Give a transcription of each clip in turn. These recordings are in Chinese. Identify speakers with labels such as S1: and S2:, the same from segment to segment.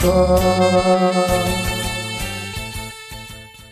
S1: 歌。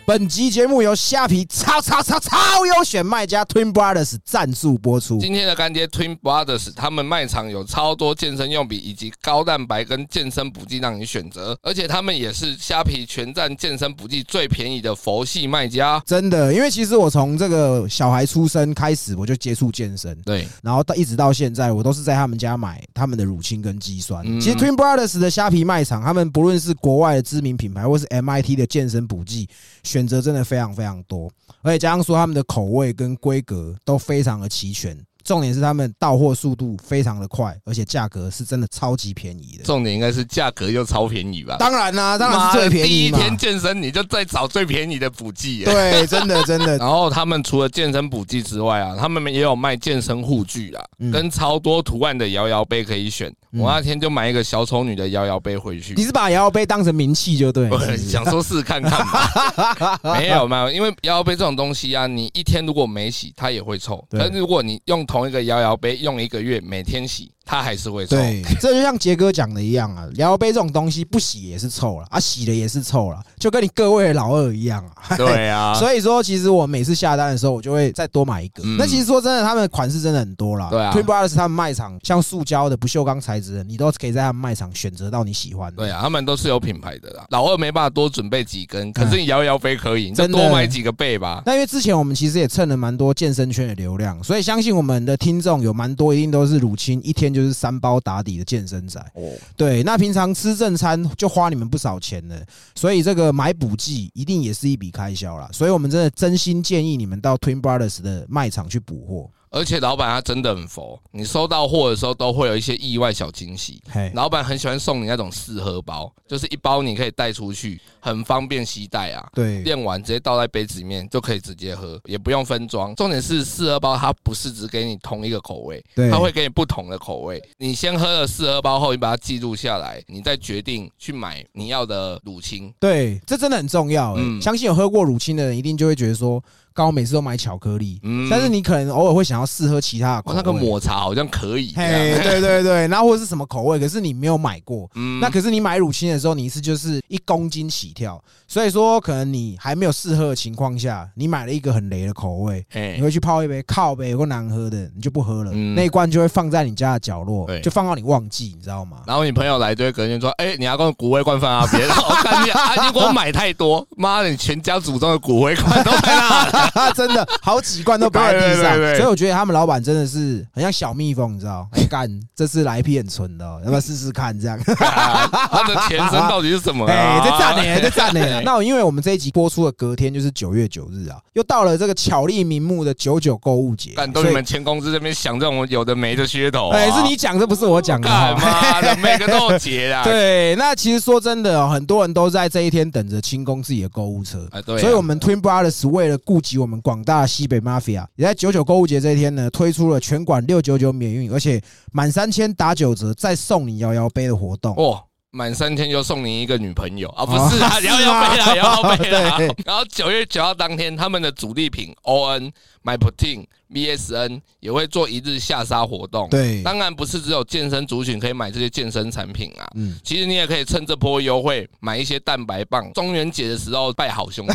S1: 本集节目由虾皮超超超超优选卖家 Twin Brothers 赞助播出。
S2: 今天的干爹 Twin Brothers，他们卖场有超多健身用品以及高蛋白跟健身补剂让你选择，而且他们也是虾皮全站健身补剂最便宜的佛系卖家。
S1: 真的，因为其实我从这个小孩出生开始，我就接触健身，
S2: 对，
S1: 然后到一直到现在，我都是在他们家买他们的乳清跟肌酸。
S2: 嗯
S1: 其实 Twin Brothers 的虾皮卖场，他们不论是国外的知名品牌，或是 MIT 的健身补剂，选择真的非常非常多，而且加上说他们的口味跟规格都非常的齐全。重点是他们到货速度非常的快，而且价格是真的超级便宜的。
S2: 重点应该是价格又超便宜吧？
S1: 当然啦、当然是最便宜
S2: 妈
S1: 嘛
S2: 的第一。天健身你就再找最便宜的补剂、耶。
S1: 对，真的真的，
S2: 然后他们除了健身补剂之外啊，他们也有卖健身护具啦，
S1: 嗯
S2: 跟超多图案的摇摇杯可以选。
S1: 嗯
S2: 我那天就买一个小丑女的摇摇杯回去
S1: 你。是把摇摇杯当成名器就对
S2: 我
S1: 了。是不是
S2: 想说试试看看吧， 没有没有，因为摇摇杯这种东西啊，你一天如果没洗，它也会臭。
S1: 对
S2: 但是如果你用同一个摇摇杯用一个月，每天洗，它还是会臭。
S1: 对，这就像杰哥讲的一样啊，摇摇杯这种东西不洗也是臭了啊，洗了也是臭了，就跟你各位的老二一样啊。
S2: 对 啊，
S1: 所以说，其实我每次下单的时候，我就会再多买一个。
S2: 嗯
S1: 那其实说真的，他们的款式真的很多啦。
S2: 对啊
S1: ，Twin Brothers 他们卖场像塑胶的、不锈钢材质的，你都可以在他们卖场选择到你喜欢的。
S2: 对啊，他们都是有品牌的啦。老二没办法多准备几根，可是你摇摇杯可以，你就
S1: 哎真的
S2: 多买几个杯吧。
S1: 那因为之前我们其实也蹭了蛮多健身圈的流量，所以相信我们的听众有蛮多一定都是乳清一天就是三包打底的健身仔。
S2: 哦，
S1: 对，那平常吃正餐就花你们不少钱了，所以这个买补剂一定也是一笔开销啦。所以我们真的真心建议你们到 Twin Brothers 的卖场去补货。
S2: 而且老板他真的很佛，你收到货的时候都会有一些意外小惊喜。
S1: 嘿，
S2: 老板很喜欢送你那种四盒包，就是一包你可以带出去，很方便携带啊。
S1: 对，
S2: 练完直接倒在杯子里面就可以直接喝，也不用分装。重点是四二包它不是只给你同一个口味，
S1: 对
S2: 它会给你不同的口味。你先喝了四二包后，你把它记录下来，你再决定去买你要的乳清。
S1: 对，这真的很重要、欸。
S2: 嗯
S1: 相信有喝过乳清的人，一定就会觉得说，刚好每次都买巧克力，
S2: 嗯
S1: 但是你可能偶尔会想要试喝其他的口
S2: 哦，
S1: 味。
S2: 那个抹茶好像可以这
S1: 嘿，
S2: 样。
S1: 对对对，然后或者是什么口味，可是你没有买过，
S2: 嗯
S1: 那可是你买乳清的时候，你一次就是一公斤起跳，所以说可能你还没有试喝的情况下，你买了一个很雷的口味，
S2: 哎
S1: 你，会去泡一杯，靠杯有个难喝的，你就不喝了，
S2: 嗯
S1: 那一罐就会放在你家的角落
S2: 对，
S1: 就放到你忘记，你知道 吗？
S2: 然后你朋友来就会隔天说：“哎、你要跟骨灰罐放啊？别，我看你啊， 你给我买太多，妈的，你全家祖宗的骨灰罐都在那。
S1: 真的好几罐都摆在地上
S2: 对对对，对
S1: 所以我觉得他们老板真的是很像小蜜蜂，你知道？哎干，这次来一批很纯的哦，要不要试试看？这样。
S2: 他的前身到底 是什么、啊？
S1: 哎，这赞呢，这赞呢。
S2: 哎
S1: 那我因为我们这一集播出的隔天就是九月九日啊，又到了这个巧立名目的九九购物节，
S2: 但都
S1: 所以
S2: 你们前公司这边想这种有的没的噱头、啊，
S1: 哎，是你讲，这不是我讲的
S2: 干
S1: 哦。
S2: 嘛的？每个都有结啊。，
S1: 对，那其实说真的哦，很多人都在这一天等着清空自己的购物车。
S2: 哎对啊，
S1: 所以，我们 Twin Brothers 为了顾及我们广大西北 Mafia，也在九九购物节这一天呢，推出了全馆六九九免运，而且满三千打九折，再送你摇摇杯的活动。
S2: 哦。满三天就送你一个女朋友啊！不
S1: 哦
S2: 是啊，
S1: 是
S2: 摇摇
S1: 吗
S2: 杯啦，摇摇杯啦
S1: 对。
S2: 然后九月九号当天，他们的主力品 ON、My Protein、BSN 也会做一日下杀活动。
S1: 对，
S2: 当然不是只有健身族群可以买这些健身产品啊，
S1: 嗯，
S2: 其实你也可以趁这波优惠买一些蛋白棒，中元节的时候拜好 兄弟，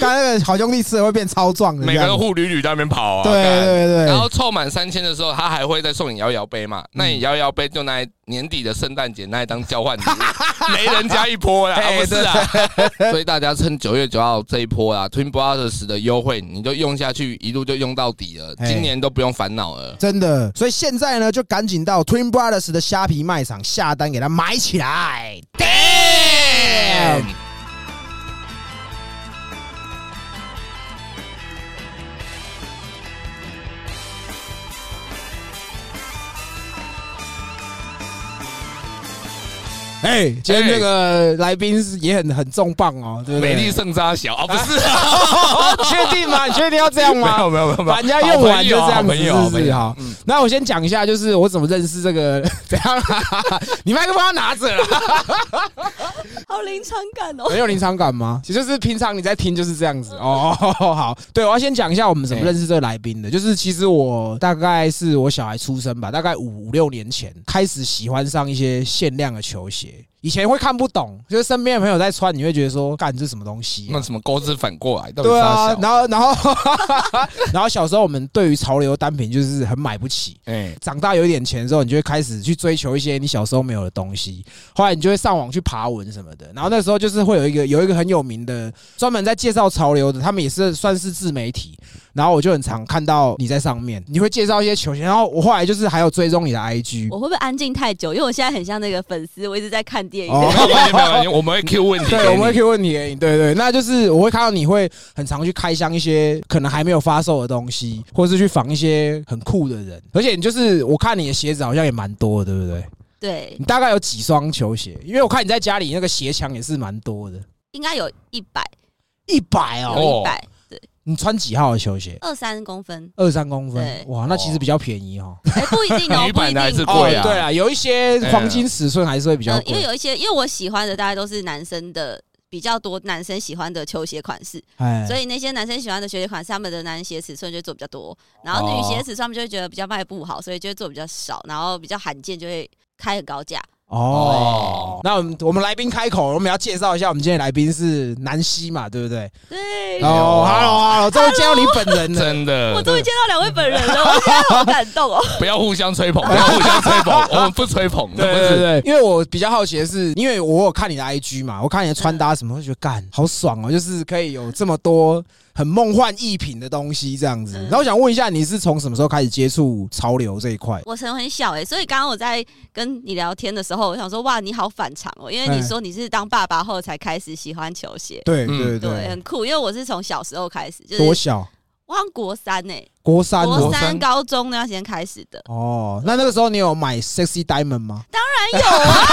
S1: 刚才那个好兄弟吃了会变超壮的这
S2: 每
S1: 样子，
S2: 个护旅旅在那边跑啊。
S1: 对
S2: 干
S1: 对对，
S2: 然后凑满三千的时候，他还会再送你摇摇杯
S1: 嗯
S2: 嘛？那你摇摇杯就拿来年底的圣诞节拿来当交换 礼物，没人家一波啦，
S1: 哎
S2: 啊不是啊？ 所以大家趁九月九号这一波啊，Twin Brothers 的优惠，你就用下去，一路就用到底了，
S1: 哎
S2: 今年都不用烦恼了。
S1: 真的，所以现在呢，就赶紧到 Twin Brothers 的虾皮卖场下单给它买起来。
S2: Damn！
S1: 哎、哎，今天这个来宾是也很很重磅哦，对不对？
S2: 美丽圣扎小啊，不是 啊，
S1: 哦确定 吗？你确定要这样
S2: 没
S1: 吗？
S2: 有没有没有没有，
S1: 把人家用完就这样
S2: 好
S1: 子，
S2: 朋友
S1: 啊是
S2: 好
S1: 不
S2: 朋
S1: 是
S2: 友好
S1: 好？那我先讲一下，就是我怎么认识这个 怎样啊？你麦克风要拿着啦，
S3: 好临场感哦。
S1: 没有临场感吗？其实就是平常你在听就是这样子哦。好，对，我要先讲一下我们怎么认识这个来宾的。就是其实我大概是我小孩出生吧，大概五五六年前开始喜欢上一些限量的球鞋。以前会看不懂，就是身边的朋友在穿，你会觉得说，干这什么东西啊、
S2: 那什么钩子反过来，到底
S1: 对
S2: 啥
S1: 啊
S2: 小，？
S1: 然后然后然后 小时候我们对于潮流单品就是很买不起，
S2: 哎，
S1: 长大有一点钱之后，你就会开始去追求一些你小时候没有的东西。后来你就会上网去爬文什么的。然后那时候就是会有一个有一个很有名的，专门在介绍潮流的，他们也是算是自媒体。然后我就很常看到你在上面，你会介绍一些球鞋。然后我后来就是还有追踪你的 IG
S3: 我。会不会安静太久？因为我现在很像那个粉丝，我一直在看电影。
S1: 哦
S2: 没有关系没有关系，我们会 Q 问题给你，
S1: 对，我们可以问你而已，对对，那就是我会看到你会很常去开箱一些可能还没有发售的东西，或是去仿一些很酷的人，而且你就是我看你的鞋子好像也蛮多的，对不对？
S3: 对
S1: 嗯你，大概有几双球鞋？因为我看你在家里那个鞋墙也是蛮多的，
S3: 应该有一百，
S1: 一百哦。
S3: 有一百，对，
S1: 你穿几号的球鞋？
S3: 二三公分。
S1: 二三公
S3: 对
S1: 分，哇，那其实比较便宜哦。
S3: 哎，不一定哦
S2: 女，
S3: 不
S2: 版
S3: 一
S2: 的还是
S3: 定。
S2: 贵啊
S1: 对啊，有一些黄金尺寸还是会比较
S3: 嗯，因为
S1: 贵。
S3: 有一些，因为我喜欢的大概都是男生的。比较多男生喜欢的球鞋款式，
S1: 哎
S3: 所以那些男生喜欢的球鞋款式，他们的男鞋尺寸就会做比较多，然后女鞋尺寸他们就会觉得比较卖不好，所以就会做比较少，然后比较罕见就会开很高价。
S1: 哦，那我们我们来宾开口，我们要介绍一下，我们今天的来宾是南希嘛，对不对？
S3: 对，
S2: 有
S1: 哦，Hello，Hello，终于见到你本人 了。
S2: 真的，
S3: 我终于见到两位本人了，我现在好感动哦。
S2: 不要互相吹捧，不要互相吹 捧，我们不吹捧，
S1: 对
S2: 不
S1: 对
S2: 是
S1: 对，因为我比较好奇的是，因为我有看你的 IG 嘛，我看你的穿搭什么，我就觉得干好爽哦，就是可以有这么多很梦幻逸品的东西这样子。
S3: 嗯
S1: 然后我想问一下，你是从什么时候开始接触潮流这一块？
S3: 我曾很小哎、所以刚刚我在跟你聊天的时候，我想说哇，你好反常哦，因为你
S1: 嗯
S3: 说你是当爸爸后才开始喜欢球鞋，
S1: 对
S2: 嗯
S1: 对
S3: 对，
S1: 对，
S3: 很酷，因为我是从小时候开始，就
S1: 多
S3: 是
S1: 小？
S3: 我好像国三哎、
S1: 国三哦
S3: 国
S2: 三
S3: 三高中那段时间开始的，
S1: 哦，那那个时候你有买 sexy diamond 吗？
S3: 当然有啊，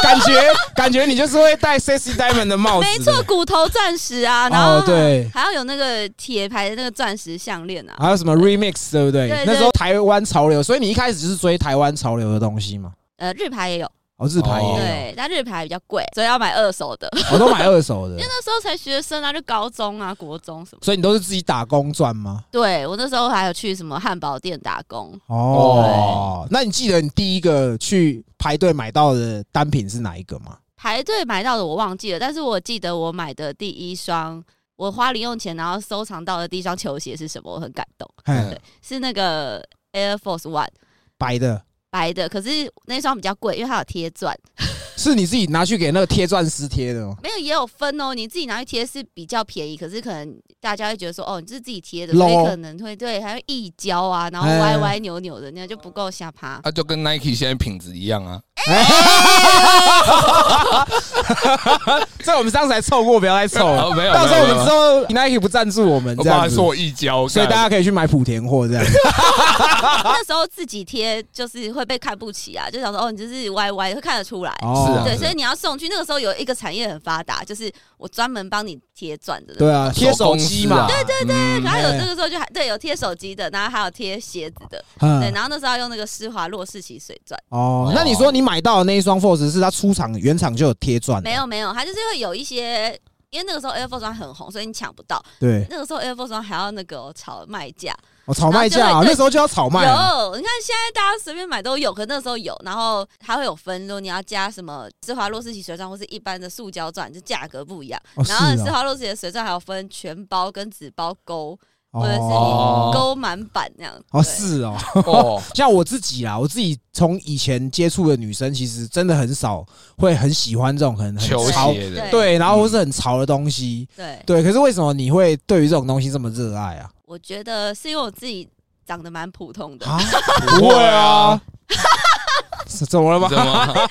S1: 感觉感觉你就是会戴 sexy diamond 的帽子，
S3: 没错，，骨头钻石啊，然
S1: 哦
S3: 后
S1: 对，
S3: 还要有那个铁牌的那个钻石项链啊，
S1: 还有什么 remix 对不对？
S3: 对对
S1: 那时候台湾潮流，所以你一开始就是追台湾潮流的东西嘛。
S3: 呃，日牌也有，
S1: 哦，日牌也
S2: 哦
S1: 有，
S3: 对，但日牌比较贵，所以要买二手的。
S1: 我、都买二手的
S3: 因为。 那时候才学生啊，就高中啊、国中什么。
S1: 所以你都是自己打工赚吗？
S3: 对我那时候还有去什么汉堡店打工，
S1: 哦，那你记得你第一个去排队买到的单品是哪一个吗？
S3: 排队买到的我忘记了，但是我记得我买的第一双，我花零用钱然后收藏到的第一双球鞋是什么？我很感动，
S2: 哎
S1: 嘿，
S3: 是那个 Air Force One
S1: 白的，
S3: 白的，可是那双比较贵，因为它有贴钻，
S1: 是你自己拿去给那个贴钻师贴的吗？
S3: 没有也有分哦。你自己拿去贴是比较便宜，可是可能大家会觉得说，哦，你是自己贴的，所
S1: Low
S3: 以可能会对，还有溢胶啊，然后
S1: 哎
S3: 歪歪扭扭的，那样就不够下趴。
S2: 啊，就跟 Nike 现在品质一样啊，
S1: 这我们上次还凑过，不要再凑了。
S2: 哦没有
S1: 到时候我
S2: 没有
S1: 们之后 Nike 不赞助我们
S2: 我
S1: 这
S2: 爸
S1: 样
S2: 还
S1: 子
S2: 说，我一交，
S1: 所以大家可以去买莆田货这样。
S3: 那时候自己贴就是会被看不起啊，就想说哦，你就是歪歪，会看得出来。
S1: 哦
S3: 对，
S2: 是
S3: 所以你要送去那个时候有一个产业很发达，就是我专门帮你贴钻的。
S1: 对啊，贴手机嘛，
S2: 对对对
S3: 然后有
S1: 对
S3: 那个时候就还对有贴手机的，然后还有贴鞋子的，对，
S1: 嗯，
S3: 然后那时候要用那个施华洛世奇水钻，
S1: 哦，那你说你买到的那一双 Force 是它出厂原厂就有贴钻啊的？
S3: 没有没有，它就是会有一些，因为那个时候 Air Force One 很红，所以你抢不到。
S1: 对，
S3: 那个时候 Air Force One 还要那个哦炒卖价，
S1: 哦，炒卖价
S3: 然
S1: 啊
S3: 后就会，对
S1: 那时候就要炒卖啊。
S3: 有，你看现在大家随便买都有，可那时候有，然后还会有分，如果你要加什么施华洛世奇水钻或是一般的塑胶钻，就价格不一样。
S1: 哦
S3: 然后
S1: 是啊
S3: 施华洛世奇的水钻还有分全包跟纸包勾，或者是
S1: 哦
S3: 你勾满版那样。
S1: 哦，
S3: 对，
S1: 是哦。
S2: 哦，
S1: 像我自己啊啦，我自己从以前接触的女生，其实真的很少会很喜欢这种很 很
S2: 球
S1: 潮，
S2: 鞋的，
S1: 对，然后或是很潮的东西，
S3: 对，
S1: 对。可是为什么你会对于这种东西这么热爱啊？
S3: 我觉得是因为我自己长得蛮普通的，
S1: 啊，
S2: 不会啊，
S1: 是 怎么了吗？
S2: 怎么？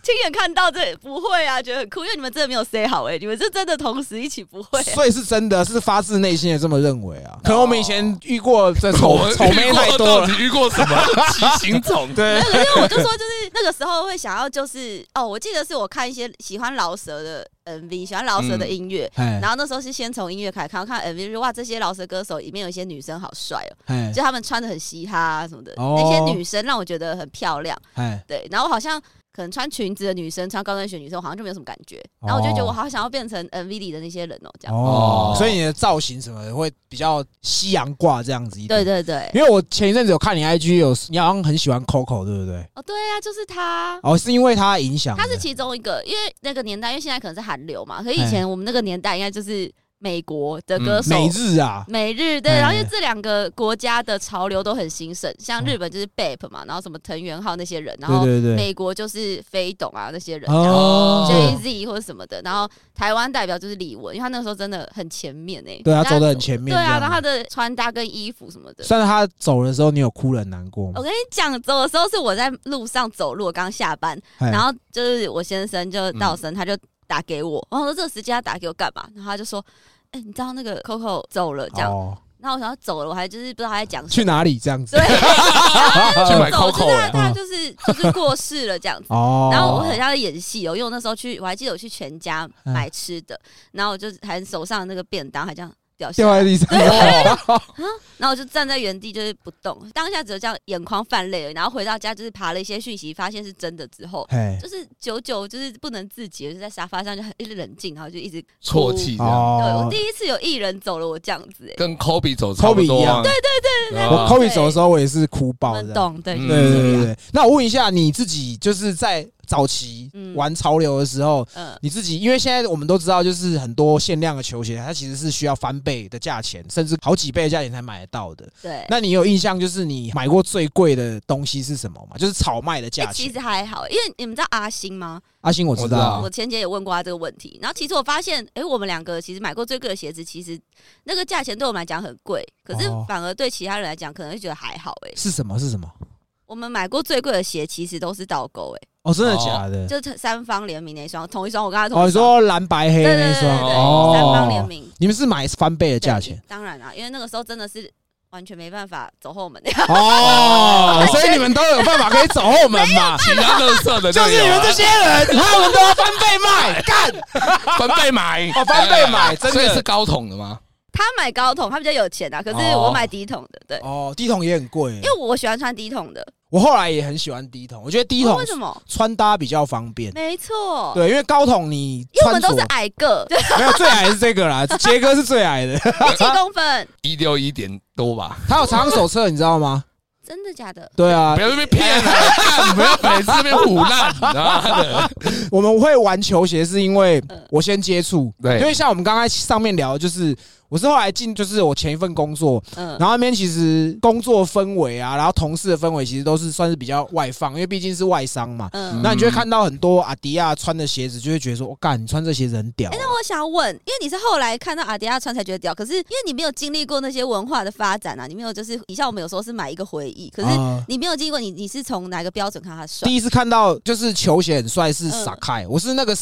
S3: 亲眼看到这不会啊，觉得很酷，因为你们真的没有 say 好哎、你们是真的同时一起不会、
S1: 所以是真的是发自内心的这么认为啊。可能我们以前遇过这丑
S2: 我
S1: 丑妹太多
S2: 遇过到
S1: 了，
S2: 底遇过什么奇形种？对，
S3: 没有，可是我就说，就是那个时候会想要就是哦，我记得是我看一些喜欢饶舌的 MV，喜欢饶舌的
S2: 嗯
S3: 音乐。
S1: 哎
S3: 然后那时候是先从音乐开始看，我看 MV 就说哇，这些饶舌歌手里面有一些女生好帅哦，
S1: 哎
S3: 就他们穿的很嘻哈啊什么的，
S1: 哦
S3: 那些女生让我觉得很漂亮。
S1: 哎，
S3: 对，然后我好像可能穿裙子的女生，穿高跟鞋的女生，我好像就没有什么感觉。然后我就觉得我好想要变成 MV 里的那些人哦，这样。
S1: 哦
S2: 哦，
S1: 所以你的造型什么的会比较西洋挂这样子一点。
S3: 对对对，
S1: 因为我前一阵子有看你 IG 有，你好像很喜欢 Coco，对不对？
S3: 哦对啊，就是他。
S1: 哦，是因为他影响的。
S3: 他是其中一个，因为那个年代，因为现在可能是韩流嘛，可是以前我们那个年代应该就是美国的歌手、
S1: 每嗯日啊，
S3: 美日对，
S1: 哎
S3: 然后因为这两个国家的潮流都很兴盛，像日本就是 BAP 嘛，然后什么藤原浩那些人，然
S1: 哦对对
S3: 后
S1: 对，
S3: 美国就是飞董啊那些人，然后
S1: 哦，
S3: J Z 或者什么的，然后台湾代表就是李玟，因为他那个时候真的很前面哎、
S1: 对他
S3: 人家
S1: 走的很前面
S3: 对
S1: 这样，
S3: 啊，然后他的穿搭跟衣服什么的。
S1: 算是他走的时候，你有哭了很难过吗
S3: 我？跟你讲，走的时候是我在路上走路，我刚下班，
S1: 嘿
S3: 然后就是我先生就
S1: 嗯
S3: 到身，他就打给我，然后我说这个时间他打给我干嘛？然后他就说，哎、你知道那个 Coco 走了这样，
S1: 哦
S3: 然后我想要走了，我还就是不知道他在讲什
S1: 去
S3: 么。
S1: 哪里这样子？
S3: 对，
S2: 去 买
S3: 走就是
S2: Coco
S3: 他
S2: 了。
S3: 他就是就是过世了这样子。
S1: 哦，
S3: 然后我很像在演戏哦，因为我那时候去，我还记得我去全家
S1: 嗯
S3: 买吃的，然后我就还手上的那个便当还这样掉下
S1: 掉在
S3: 来，
S1: 地上，
S3: 然后我就站在原地就是不动，当下只有这样眼眶泛泪而已，然后回到家就是爬了一些讯息，发现是真的之后。
S1: 嘿，
S3: 就是久久就是不能自己，就是在沙发上就很一直冷静，然后就一直
S2: 啜泣这样，
S3: 对我
S1: 哦，
S3: 第一次有艺人走了，我这样子、欸，
S2: 跟 Kobe 走差不
S1: Kobe
S2: 多
S1: 一样哦
S2: 啊。对对对
S1: 我 Kobe
S3: 对
S1: 走的时候，我也是哭爆
S3: 我们
S1: 的。
S3: 懂对，
S2: 嗯
S1: 对对
S3: 就是
S1: 对
S3: 这
S1: 对
S3: 样
S1: 对。那我问一下，你自己就是在早期
S3: 嗯
S1: 玩潮流的时候，
S3: 嗯，
S1: 你自己，因为现在我们都知道，就是很多限量的球鞋，它其实是需要翻倍的价钱，甚至好几倍的价钱才买得到的。
S3: 对。
S1: 那你有印象，就是你买过最贵的东西是什么吗？就是炒卖的价
S3: 欸其
S1: 钱
S3: 实。还好，因为你们知道阿星吗？
S1: 阿啊星，我知
S2: 我知道
S1: 道
S3: 我，前姐也问过他这个问题，然后其实我发现，哎、我们两个其实买过最贵的鞋子，其实那个价钱对我们来讲很贵，可是
S1: 哦
S3: 反而对其他人来讲可能会觉得还好、哎，
S1: 是什么？是什么？
S3: 我们买过最贵的鞋其实都是倒钩，哎，
S1: 哦，真的
S2: 哦
S1: 假的？
S3: 就是三方联名那一双，同一双，我跟他同
S1: 哦，
S3: 一
S1: 你
S3: 双，
S1: 说蓝白黑
S3: 对对
S1: 那
S3: 对
S1: 一
S3: 对
S1: 双
S3: 对，
S2: 哦
S3: 三方联名
S1: 你们是买翻倍的
S3: 对
S1: 价钱
S3: 当然啦，因为那个时候真的是完全没办法走后门，
S1: 哦，所以你们都有办法可以走后门嘛？
S2: 其他乐色的啊
S1: 就是你们这
S2: 这
S1: 些人，他们都要翻倍卖，干！
S2: 翻倍买，哎
S1: 哦翻倍买真的
S2: 所以是高筒的吗？
S3: 他买高筒，他比较有钱啊，可是
S2: 哦
S3: 我买低筒的，对，
S1: 哦，低筒也很贵，因
S3: 因为我喜欢穿低筒的，
S1: 我后来也很喜欢低筒，我觉得低
S3: 哦
S1: 筒
S3: 为什么？
S1: 穿搭比较方便。
S3: 没错，
S1: 对，因为高筒你
S3: 因为我
S1: 穿
S3: 们
S1: 着
S3: 都是矮个， 对，
S1: 没有最矮是这个 啦，杰哥是最矮的，
S3: 几公分。
S2: 一六一点多吧，
S1: 他有长手册，你知道吗？
S3: 真的假的？
S1: 对啊
S2: 不，要被骗了，干不要每次被唬烂，你知道吗？
S1: 我们会玩球鞋是因为
S3: 呃
S1: 我先接触，
S2: 对
S1: 因为像我们刚才上面聊，的就是我是后来进，就是我前一份工作，
S3: 嗯，
S1: 然后那边其实工作氛围啊，然后同事的氛围其实都是算是比较外放，因为毕竟是外商嘛。
S3: 嗯，
S1: 那你就会看到很多阿迪亚穿的鞋子，就会觉得说，我哦干，你穿这鞋子很屌啊。
S3: 那我想要问，因为你是后来看到阿迪亚穿才觉得屌，可是因为你没有经历过那些文化的发展啊，你没有就是，以下我们有时候是买一个回忆，可是
S1: 啊
S3: 你没有经历过，你你是从哪个标准看他帅
S1: 第？一次看到就是球鞋很帅是
S3: 啊嗯
S1: 傻凯，我是那个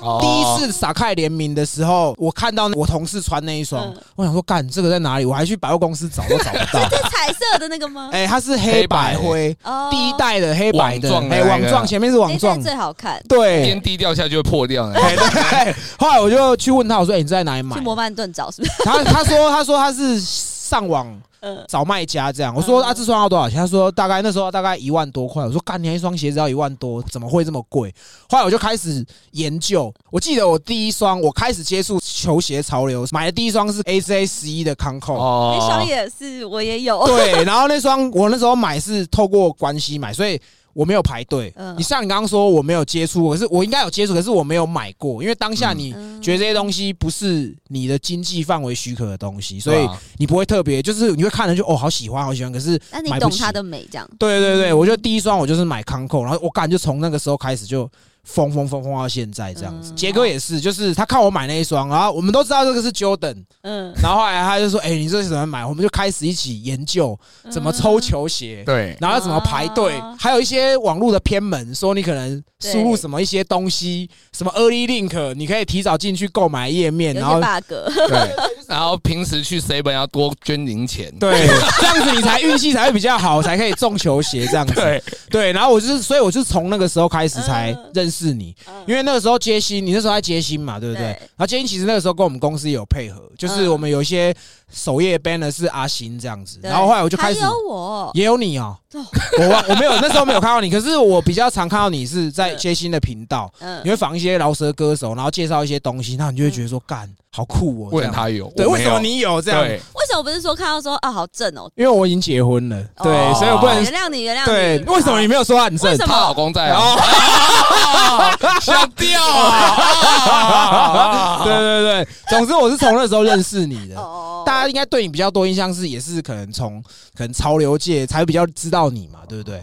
S2: 哦
S1: 第一次傻凯联名的时候，我看到我同事穿那一双
S3: 嗯，
S1: 我想说干这个在哪里？我还去百货公司找都找 不到。
S3: 是彩色的那 个吗？
S1: 哎，它是黑白灰，
S3: 哦
S1: 第一代的黑白的
S2: 网状，的
S1: 哎，
S2: 那个
S1: 网状前面是
S3: 那
S1: 网
S3: 一
S1: 状
S3: 代，哦最好看，
S1: 对
S2: 边。低调下去会破掉的。
S1: 哎对， 后来我就去问他，我说：“哎，你在哪里买
S3: 去？”摩曼顿找是不是？
S1: 他他说他说他是上网
S3: 嗯，
S1: 找卖家这样。我说
S3: 嗯
S1: 啊，这双要多少钱？他说大概那时候大概一万多块。我说干，你一双鞋子要一万多，怎么会这么贵？后来我就开始研究。我记得我第一双，我开始接触球鞋潮流，买的第一双是 AJ 十一的 Conco。
S3: 那双
S2: 哦，
S3: 也哎是，我也有。
S1: 对，然后那双我那时候买是透过关系买，所以我没有排队。
S3: 嗯
S1: 你像你刚刚说我没有接触，可是我应该有接触，可是我没有买过，因为当下你
S3: 嗯
S1: 觉得这些东西不是你的经济范围许可的东西，所
S2: 对
S1: 以
S2: 啊
S1: 你不会特别，就是你会看了就哦好喜欢好喜欢，可是
S3: 那你
S1: 买不
S3: 懂
S1: 起
S3: 他的美这样？
S1: 对对对，我觉得第一双我就是买康扣，然后我感觉从那个时候开始就疯疯疯疯到现在这样子。
S3: 嗯
S1: 杰哥也是，就是他看我买那一双，然后我们都知道这个是 Jordan，
S3: 嗯，
S1: 然后后来他就说：“哎，你这是怎么买？”我们就开始一起研究怎么抽球鞋。
S3: 嗯
S2: 对，
S1: 然后要怎么排队
S3: 啊，
S1: 还有一些网络的偏门，说你可能输入什么一些东西，什么 early link，你可以提早进去购买页面，
S3: 嗯有些
S1: 然后
S3: bug，
S2: 对，然后平时去 seven 要多捐零钱，
S1: 对，这样子你才运气才会比较好，才可以中球鞋这样子。
S2: 对，
S1: 对，然后我就是，所以我就是从那个时候开始才
S3: 嗯
S1: 认识你，因为那个时候接新，你那时候在接新嘛，对不对？
S3: 对嗯
S1: 然后接新其实那个时候跟我们公司也有配合，就是我们有一些首页 banner 是阿星这样子，
S3: 对
S1: 然后后来我就开始
S3: 还有我，
S1: 也有你哦、
S3: 哦
S1: 我忘我没有那时候没有看到你，可是我比较常看到你是在接新的频道，
S3: 嗯
S1: 你，会访一些饶舌歌手，然后介绍一些东西，那你就会觉得说干好酷哦、这
S2: 为了
S1: 样
S2: 他有，
S1: 对，
S2: 我
S1: 为
S2: 没
S1: 什
S2: 有
S1: 么你有这样？
S2: 对
S3: 为什么不是说看到说啊好正哦？
S1: 因为我已经结婚了，对，
S3: 哦
S1: 所以我不能
S3: 原谅你，原谅
S1: 对。
S3: 你。
S1: 为什么你没有说他很正
S3: 为？什
S2: 她老
S3: 么？
S2: 公在
S1: 哦
S2: 啊，想掉啊，
S1: 对对对，总之我是从那时候认识你的。
S3: 哦
S1: 大家应该对你比较多印象是，也是可能从可能潮流界才比较知道你嘛，对不对？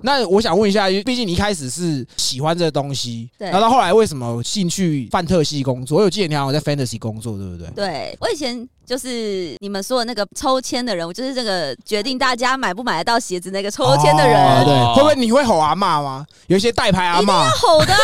S1: 那我想问一下，因为毕竟你一开始是喜欢这个东西，
S3: 对
S1: 然后到后来为什么兴趣范特西工作？我有记得你好像有在 fantasy 工作，对不对？
S3: 对我以前就是你们说的那个抽签的人，我就是这个决定大家买不买得到鞋子那个抽签的人。
S1: 哦对
S2: 哦，
S1: 会不会你会吼阿骂吗？有一些代牌阿
S3: 一定
S1: 骂
S3: 要，吼的、啊，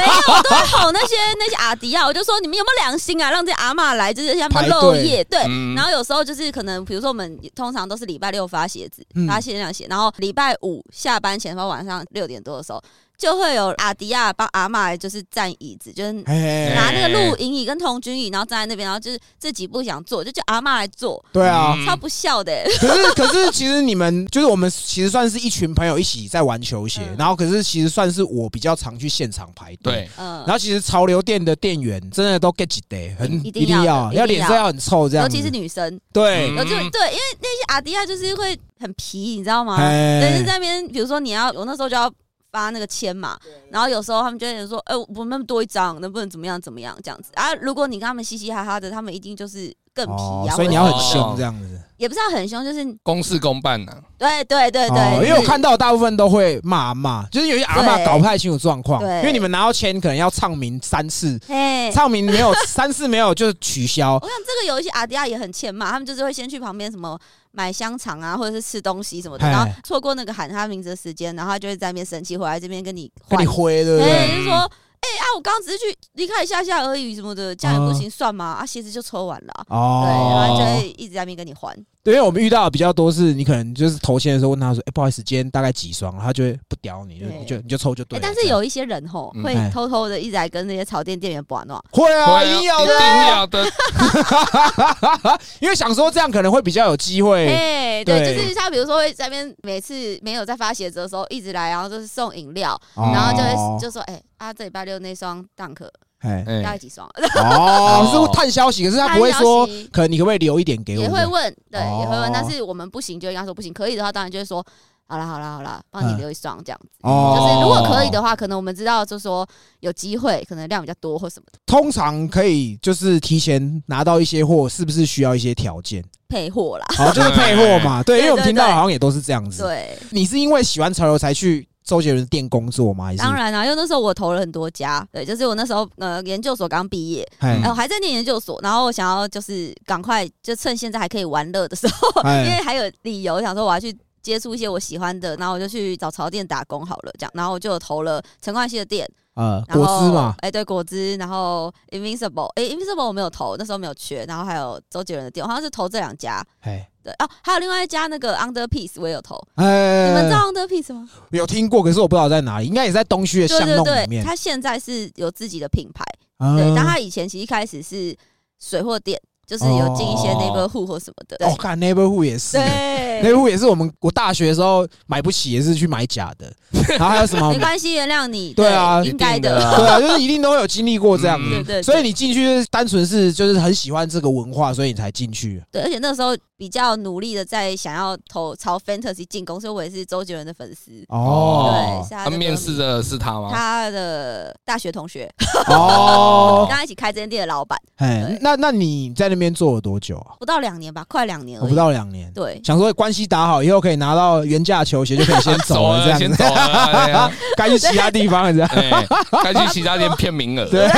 S3: 没有，我都会吼那些那些阿迪啊，我就说你们有没有良心啊，让这些阿嬷来，就是让他们
S1: 排
S3: 漏
S1: 队
S3: 夜，对。
S2: 嗯
S3: 然后有时候就是可能，比如说我们通常都是礼拜六发鞋子
S1: 嗯，
S3: 发限量鞋，然后礼拜五下班前，包括晚上六点多的时候，就会有阿迪啊亚帮阿嬷就是占椅子，就是
S1: 哎，
S3: 拿那个露营椅跟童军椅，然后站在那边，然后就是自己不想坐，就叫阿嬷来坐，
S1: 对啊，
S2: 嗯
S3: 超不孝的、欸。
S1: 可是，可是，其实你们就是我们，其实算是一群朋友一起在玩球鞋。
S3: 嗯
S1: 然后，可是其实算是我比较常去现场排队。。
S2: 对，
S3: 嗯
S1: 然，后，其实潮流店的店员真的都 get 几 day，很
S3: 一定
S1: 定
S3: 要的
S1: 要
S3: 一定要
S1: 脸色要很臭这样
S3: 尤
S1: 子。
S3: 其是女生，
S1: 对，
S3: 有就
S2: 嗯
S3: 对，因为那些阿迪亚就是会很皮，你知道吗？
S1: 哎
S3: 但是在那边，比如说你要，我那时候就要发那个签嘛，然后有时候他们就会说，哎、我们多一张，能不能怎么样怎么样这样子啊？如果你跟他们嘻嘻哈哈的，他们一定就是更皮
S1: 哦
S3: 啊，，
S1: 所以你要
S3: 或者
S1: 很
S3: 是
S2: 哦
S1: 凶这样子。
S3: 也不是要很凶，就是
S2: 公事公办啊呐，
S3: 对对对对，
S1: 哦，因为我看到大部分都会骂骂，就是有些阿嬷
S3: 对
S1: 搞不太清楚状况，
S3: 对
S1: 因为你们拿到签可能要唱名三次，
S3: 哎。
S1: 唱名没有三次没有就是取消
S3: 我。想这个有一些阿迪亚也很欠骂，他们就是会先去旁边什么买香肠啊，或者是吃东西什么的，
S1: 哎
S3: 然后错过那个喊他名字的时间，然后他就会在那边生气，回来这边跟你
S1: 跟
S3: 换
S1: 你挥，对不对？
S3: 对，就说，哎、啊，我刚刚只是去离开一下下而已，什么的，这样也不行，算吗？啊，鞋子就抽完了啊。对，然后就
S1: 嗯哦，
S3: 会一直在那边跟你还，
S1: 对，因为我们遇到的比较多是，你可能就是投钱的时候问他说：“哎、不好意思，今天大概几双？”然后他就会不屌你，就
S3: 对
S1: 你就你就抽就
S3: 哎、
S1: 对了。
S3: 但是有一些人吼
S2: 嗯
S3: 会
S1: 哎
S3: 偷偷的一直在跟那些草店店员玩哦闹，
S1: 这样会啊，
S2: 对
S1: 一定要
S2: 一定
S1: 的，
S2: 要的，
S1: 因为想说这样可能会比较有机会。
S3: 哎、对，
S1: 对
S3: 就是像比如说会在那边每次没有在发鞋子的时候一直来，然后就是送饮料，
S1: 哦
S3: 然后就会就说，哎、啊，这礼拜六那双 Dunk
S1: 哎
S2: 哎
S3: 大概几双，
S1: 哦，是会探消息，可是 他不会说
S3: 探消息，
S1: 可能你可不可以留一点给我？
S3: 也会问，对，
S1: 哦
S3: 也会问，但是我们不行就会跟他说不行，可以的话当然就会说，好啦好啦好啦，帮你留一双这样子。
S1: 哦，
S3: 就是如果可以的，话，可能我们知道，就是说有机会，可能量比较多或什么的
S1: 通常可以就是提前拿到一些货，是不是需要一些条件？
S3: 配货啦。
S1: 哦，就是配货嘛。 对，因为我们
S3: 对对
S1: 听到的
S3: 对
S1: 好像也都是这样子。
S3: 对，
S1: 你是因为喜欢潮流才去周杰伦的店工作吗？还是
S3: 当然啊啦、因为那时候我投了很多家，对，就是我那时候呃研究所刚毕业，
S1: 哎
S3: 哎、我还在念研究所，然后我想要就是赶快就趁现在还可以玩乐的时候，
S1: 哎
S3: 因为还有理由想说我要去。接触一些我喜欢的，然后我就去找潮店打工好了，这样，然后我就有投了陈冠希的店，
S1: 呃
S3: 然
S1: 果
S3: 后
S1: 汁嘛，，
S3: 哎、对，果汁，然后 Invincible，哎、i n v i n c i b l e 我没有投，那时候没有缺，然后还有周杰伦的店，我好像是投这两家，
S1: 哎。
S3: 对哦，还有另外一家那个 Under Piece 我也有投，
S1: 哎
S3: 你们知道 Under Piece 吗？
S1: 有听过，可是我不知道在哪里，应该也在东区的
S3: 对
S1: 巷
S3: 对
S1: 弄里
S3: 对，
S1: 面。
S3: 他现在是有自己的品牌，
S1: 啊
S3: 对，但他以前其实一开始是水货店，就是有进一些
S2: 哦
S3: neighborhood 或什么的，
S1: 哦，看 neighborhood 也是
S3: 对，
S1: ，neighborhood 也是我们我大学的时候买不起，也是去买假 的，然后还有什么
S3: 没？关系，原谅你，
S1: 对啊
S3: 应该
S2: 一定的
S3: 的，
S2: 啊
S1: 对啊，就是一定都有经历过这样
S2: 嗯
S3: 对
S1: 子。
S3: 对，
S1: 所以
S3: 对
S1: 你进去就是单纯是就是很喜欢这个文化，所以你才进去。
S3: 对，而且那时候比较努力的在想要投朝 fantasy 进攻，所以我也是周杰伦的粉丝，
S1: 哦
S3: 对是他
S2: 他
S3: 的
S2: 啊面试的是他吗？
S3: 他的大学同学，
S1: 哦
S3: 跟，他一起开这间店的老板，
S1: 哎，那那你在那边做了多久啊？
S3: 不到两年吧，快两年
S1: 我
S3: 而
S1: 哦不
S3: 已。
S1: 到两年，
S3: 对，
S1: 想说关系打好以后可以拿到原价球鞋，就可以 先 走了这样
S2: 啊先
S1: 子，
S2: 走 了，对啊
S1: 该去其他地方了这样。
S2: 哎，该去其他店骗名额。
S1: 对，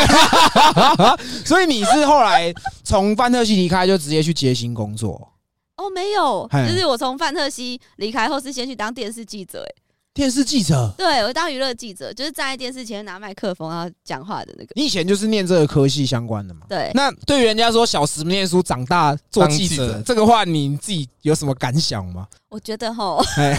S1: 所以你是后来从范特西离开，就直接去接新工作，
S3: 哦，没有，
S1: 嘿
S3: 就是我从范特西离开后是先去当电视记者、欸，
S1: 电视记者。
S3: 对我当娱乐记者，就是站在电视前面拿麦克风然后讲话的那个。
S1: 你以前就是念这个科系相关的嘛？
S3: 对，
S1: 那对于人家说小时不念书，长大做记
S2: 当记
S1: 者
S2: 者
S1: 这个话，你自己有什么感想吗？
S3: 我觉得吼，
S1: 哎，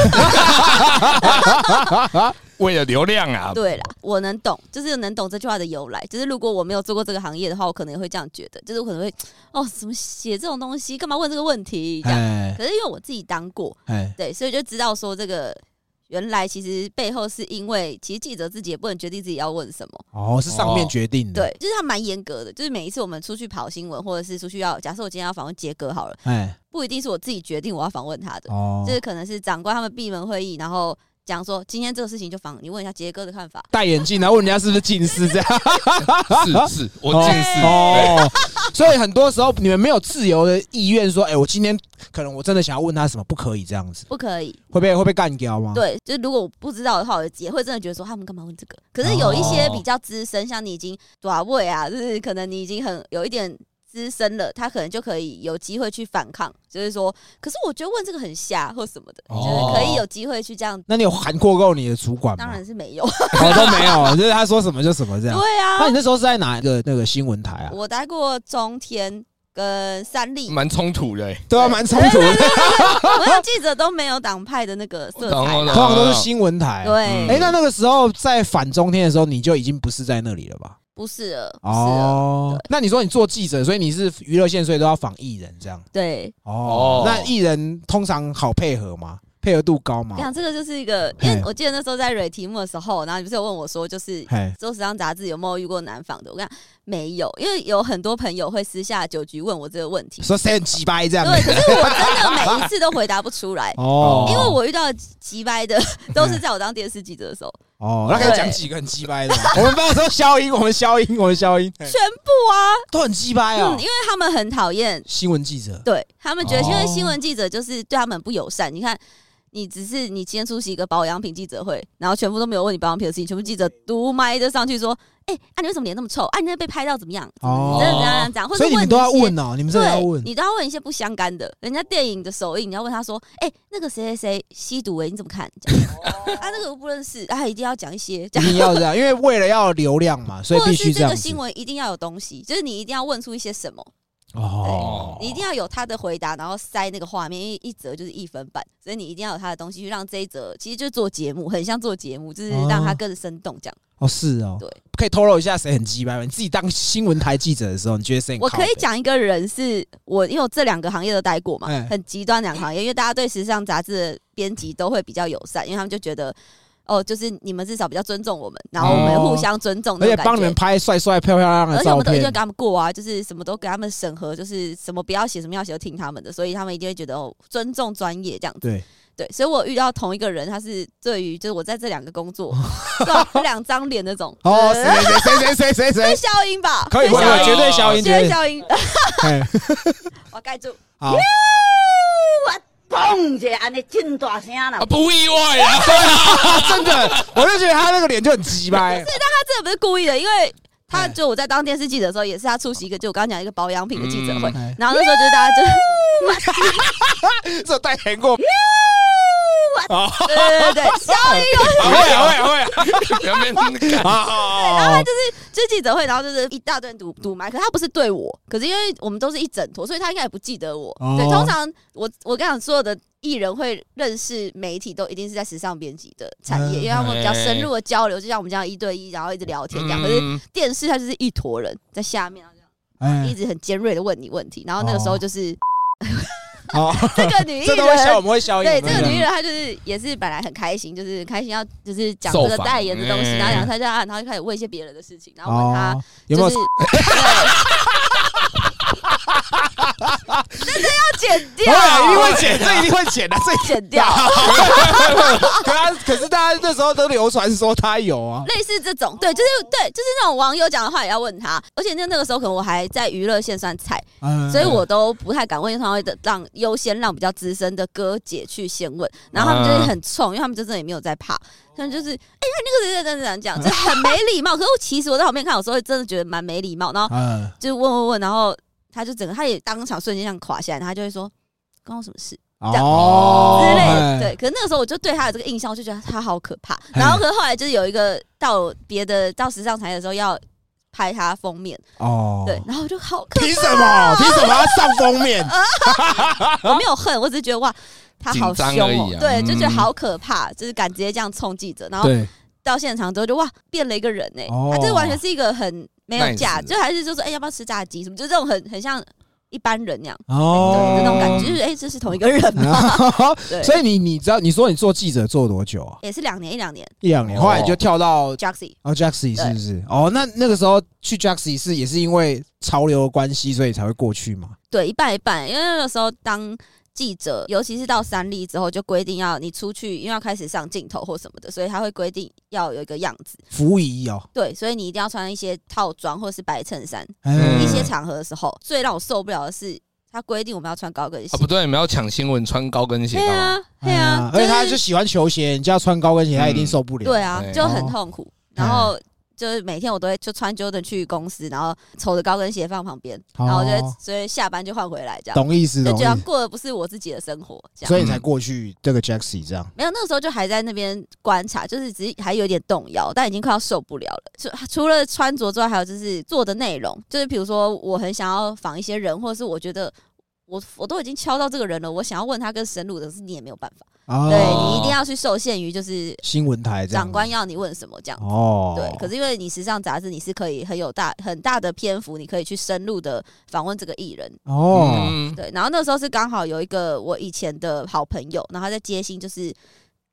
S2: 为了流量啊，
S3: 对啦，我能懂，就是能懂这句话的由来。就是如果我没有做过这个行业的话，我可能也会这样觉得，就是我可能会，哦，怎么写这种东西，干嘛问这个问题？这样。
S1: 哎
S3: 可是因为我自己当过，
S1: 哎，
S3: 对，所以就知道说这个原来其实背后是因为，其实记者自己也不能决定自己要问什么。
S1: 哦，是上面决定的。
S3: 哦对，就是他蛮严格的，就是每一次我们出去跑新闻，或者是出去要，假设我今天要访问杰哥好了，
S1: 对，哎，
S3: 不一定是我自己决定我要访问他的，
S1: 哦
S3: 就，是可能是长官他们闭门会议，然后讲说今天这个事情就访你问一下杰哥的看法。
S1: 戴眼镜，然啊后问人家是不是近视 这样。
S2: 是是，我近视，
S1: 哦，所以很多时候你们没有自由的意愿，说，哎，我今天可能我真的想要问他什么，不可以这样子，
S3: 不可以，
S1: 会被会被干掉吗？，
S3: 对，就是如果我不知道的话，我也会真的觉得说他们干嘛问这个。可是有一些
S2: 哦
S3: 比较资深，像你已经短位啊，就是可能你已经很有一点资深了，他可能就可以有机会去反抗，就是说，可是我觉得问这个很瞎或什么的，
S1: 哦
S3: 就是可以有机会去这样。
S1: 那你有喊过够你的主管吗？
S3: 当然是没有，
S1: 我都没有，就是他说什么就什么这样。
S3: 对
S1: 那你
S3: 啊，
S1: 那时候是在哪一个那个新闻台啊？
S3: 我待过中天跟三
S1: 嗯
S3: 立，
S2: 蛮冲突的欸。
S1: 对啊，蛮冲突的，
S3: 我想记者都没有党派的那个色
S2: 懂
S3: 彩啊
S1: 通
S2: 懂
S3: 啦。
S1: 常都是新闻台。
S3: 对，
S1: 哎，那那个时候在反中天的时候，你就已经不是在那里了吧？
S3: 不是了，不是啊了，
S1: 哦，那你说你做记者，所以你是娱乐线，所以都要访艺人这样。
S3: 对，
S1: 哦
S2: 哦，
S1: 那艺人通常好配合吗？配合度高吗
S3: 我？想这个就是一个，
S1: 哦嘿
S3: 因为我记得那时候在蕊题目的时候，然后你不是有问我说，就是
S1: 嘿，
S3: 做时尚杂志有没有遇过难访的？我跟你讲，没有，因为有很多朋友会私下酒局问我这个问题，
S1: 说谁很鸡掰这样，
S3: 对，？可是我真的每一次都回答不出来
S1: 哦，
S3: 因为我遇到急 掰的都是在我当电视记者的时候，
S1: 哦，那可以讲几个很鸡掰的吗。我们不要说消音，我们消音，我们消音，嘿
S3: 全部啊，
S1: 都很鸡掰
S3: 嗯，
S1: 哦
S3: 因。为他们很讨厌，
S1: 新闻记者，
S3: 对他们觉得，
S1: 哦
S3: 因为新闻记者就是对他们不友善，你看。你只是你今天出席一个保养品记者会，然后全部都没有问你保养品的事情，全部记者独埋着上去说：“哎、啊你为什么脸那么臭？啊你那被拍到怎么样？怎么
S1: 哦
S3: 怎么样怎么样？”或者
S1: 所以你们
S3: 问
S1: 都要
S3: 一些
S1: 问哦，你们真的要
S3: 对
S1: 问，
S3: 你都要问一些不相干的。人家电影的首映，你要问他说：“哎、那个谁谁谁吸毒哎、你怎么看？”这样
S1: 哦
S3: 啊，那个我不认识，啊，一定要讲一些这
S1: 一
S3: 样。
S1: 定要这样，因为为了要流量 嘛，所以
S3: 或者
S1: 必
S3: 是
S1: 须这
S3: 这
S1: 样
S3: 个
S1: 子
S3: 新闻一定要有东西，就是你一定要问出一些什么，
S1: 哦。
S3: 你一定要有他的回答，然后塞那个画面，因为一则就是一分半，所以你一定要有他的东西去让这一则，其实就是做节目，很像做节目，就是让它更生动这样。
S1: 哦，是哦，
S3: 对，
S1: 可以透露一下谁很鸡掰吗？你自己当新闻台记者的时候，你觉得谁很
S3: 我
S1: 靠
S3: 可以
S1: 北，
S3: 讲一个人是我，因为我这两个行业都待过嘛，
S1: 哎
S3: 很极端两个行业，因 为大家对时尚杂志的编辑都会比较友善，因为他们就觉得。哦，就是你们至少比较尊重我们，然后我们互相尊重
S1: 而
S3: 那
S1: 且
S3: 种感觉，
S1: 哎帮你们拍帅帅漂漂亮亮
S3: 而
S1: 的
S3: 且我
S1: 照
S3: 们都一定会
S1: 片
S3: 给。他们过啊，就是什么都给他们审核，就是什么不要写，什么要写，就听他们的，所以他们一定会觉得哦，尊重专业这样子。
S1: 对，
S3: 对，所以我遇到同一个人，他是对于就是我在这两个工 作，这两张脸那种，呃
S1: 哦，
S3: 对
S1: 谁谁谁谁谁谁
S3: 会
S1: 谁，
S3: 消音吧？
S1: 可以，
S3: 会
S1: 我
S2: 问
S3: 消
S2: 问
S1: 绝对消音，
S3: 音
S1: 绝
S3: 绝对
S1: 对。
S3: 消音，
S1: 嘿
S3: 我盖住。
S1: 好，
S4: 砰一下，安尼真大声啦
S2: 啊，！不意外 啊，
S1: 真的，我就觉得他那个脸就很鸡 掰。
S3: 这个不是故意的，因为他
S1: 哎
S3: 就我在当电视记者的时候，也是他出席一个就我刚刚讲一个保养品的记者会，
S1: 嗯哎
S3: 然后那时候就是大家 就
S1: 这代言 过，
S3: 对对对 对，消音哦，
S2: 会啊会啊会啊，不要被干
S1: 啊啊啊！
S3: 就是记者会，然后就是一大顿堵堵麦，可是他不是对我，可是因为我们都是一整坨，所以他应该也不记得我。
S1: 哦
S3: 对，通常我我跟你讲，所有的艺人会认识媒体，都一定是在时尚编辑的产业，
S1: 嗯
S3: 因为他们比较深入的交流，就像我们这样一对一，然后一直聊天这样。可是
S2: 嗯
S3: 电视它就是一坨人在下面，然后就一
S1: 哎，
S3: 直很尖锐的问你问题，然后那个时候就是、
S1: 哦哎好，
S3: 这个女艺
S1: 哦 这都会
S3: 人
S1: 消，我们会消音。
S3: 对，
S1: 我
S3: 这
S1: 们
S3: 个
S1: 会
S3: 女艺人她就是也是本来很开心，就是很开心要就是讲
S2: 受
S3: 这个
S2: 访
S3: 代言的东西，
S2: 嗯
S3: 然后讲她就然后就开始
S1: 哦
S3: 问一些别人的事情，然后问她
S1: 哦，有没有
S3: 就是，对剪
S1: 对
S3: 掉，
S1: 啊，一定会剪，这一定会剪的，这一定
S3: 剪掉。
S1: 可他可是大家那时候都流传说他有啊，
S3: 类似这种，对，就是对，就是那种网友讲的话也要问他，而且那那个时候可能我还在娱乐线算菜，
S1: 嗯
S3: 所以我都不太敢问，通常会让优先让比较资深的哥姐去先问，然后他们就是很冲，因为他们就真的也没有在怕，他们就是哎、那个谁谁谁谁讲，就是很没礼貌。可是我其实我在旁边看，有时候真的觉得蛮没礼貌，然后
S1: 嗯，
S3: 就问问问，然后他就整个他也当场瞬间像垮下来，然后他就会说关我什么事之
S1: 哎哦
S3: 类
S1: 哎
S3: 的。对，可是那个时候我就对他有这个印象，我就觉得他好可怕。然后可是后来就是有一个到别的到时尚产业的时候要拍他封面，
S1: 哦，
S3: 对，然后我就好可
S1: 凭什 么？凭什么要上封面？
S3: 我没有恨，我只是觉得哇，他好凶
S2: 紧张而
S3: 哦、
S2: 已啊
S3: 对，就觉得
S1: 嗯
S3: 好可怕，就是敢直接这样冲记者，然后
S1: 对，
S3: 到现场之后就哇变了一个人哎、
S1: 哦
S3: 他这完全是一个很没有架，
S2: Nice
S3: 就还是就说哎、要不要吃炸鸡什么，就这种很很像一般人那样
S1: 哦
S3: 的，那种感觉，就是哎、这是同一个人吗？对，
S1: 所以你你知道你说你做记者做多久啊？
S3: 也是两年一两年
S1: 一两年，
S2: 哦
S1: 后来你就跳到
S3: ，Jaxi
S1: 哦 Jaxi 是不是？哦，那那个时候去 Jaxi 是也是因为潮流的关系，所以才会过去嘛。
S3: 对一半一半，因为那个时候当。记者，尤其是到三立之后，就规定要你出去，因为要开始上镜头或什么的，所以他会规定要有一个样子。
S1: 服仪哦，
S3: 对，所以你一定要穿一些套装或是白衬衫，
S1: 嗯
S3: 一些场合的时候，最让我受不了的是，他规定我们要穿高跟鞋
S2: 啊，。不对，你们要抢新闻穿高跟鞋
S3: 对
S2: 干嘛？
S3: 啊，对啊，
S1: 哎嗯而且他
S3: 是
S1: 就喜欢球鞋，你叫他穿高跟鞋，他一定受不了。
S3: 对啊
S2: 对，
S3: 就
S1: 哦
S3: 很痛苦。然后
S1: 哎
S3: 就是每天我都会就穿 Jordan 去公司，然后丑的高跟鞋放旁边，
S1: 哦
S3: 然后我就会所以下班就换回来这样，
S1: 懂意思，
S3: 就
S1: 懂意
S3: 觉得
S1: 思。
S3: 过的不是我自己的生活这
S1: 所以
S3: 样。
S1: 你才过去这个 Jaxi 这样。
S3: 没有，那个时候就还在那边观察，就是只是还有点动摇，但已经快要受不了了。就除了穿着之外，还有就是做的内容，就是比如说我很想要仿一些人，或者是我觉得我我都已经敲到这个人了，我想要问他跟神鲁的，可是你也没有办法。
S1: 哦
S3: 对你一定要去受限于就是
S1: 新闻台这样。
S3: 长官要你问什么这样。
S1: 哦，
S3: 对，可
S1: 是
S3: 是因为你时尚杂志，你是可以很有大很大的篇幅，你可以去深入的访问这个艺人。
S1: 哦，
S2: 嗯，
S3: 对，然后那时候是刚好有一个我以前的好朋友，然后他在接新，就是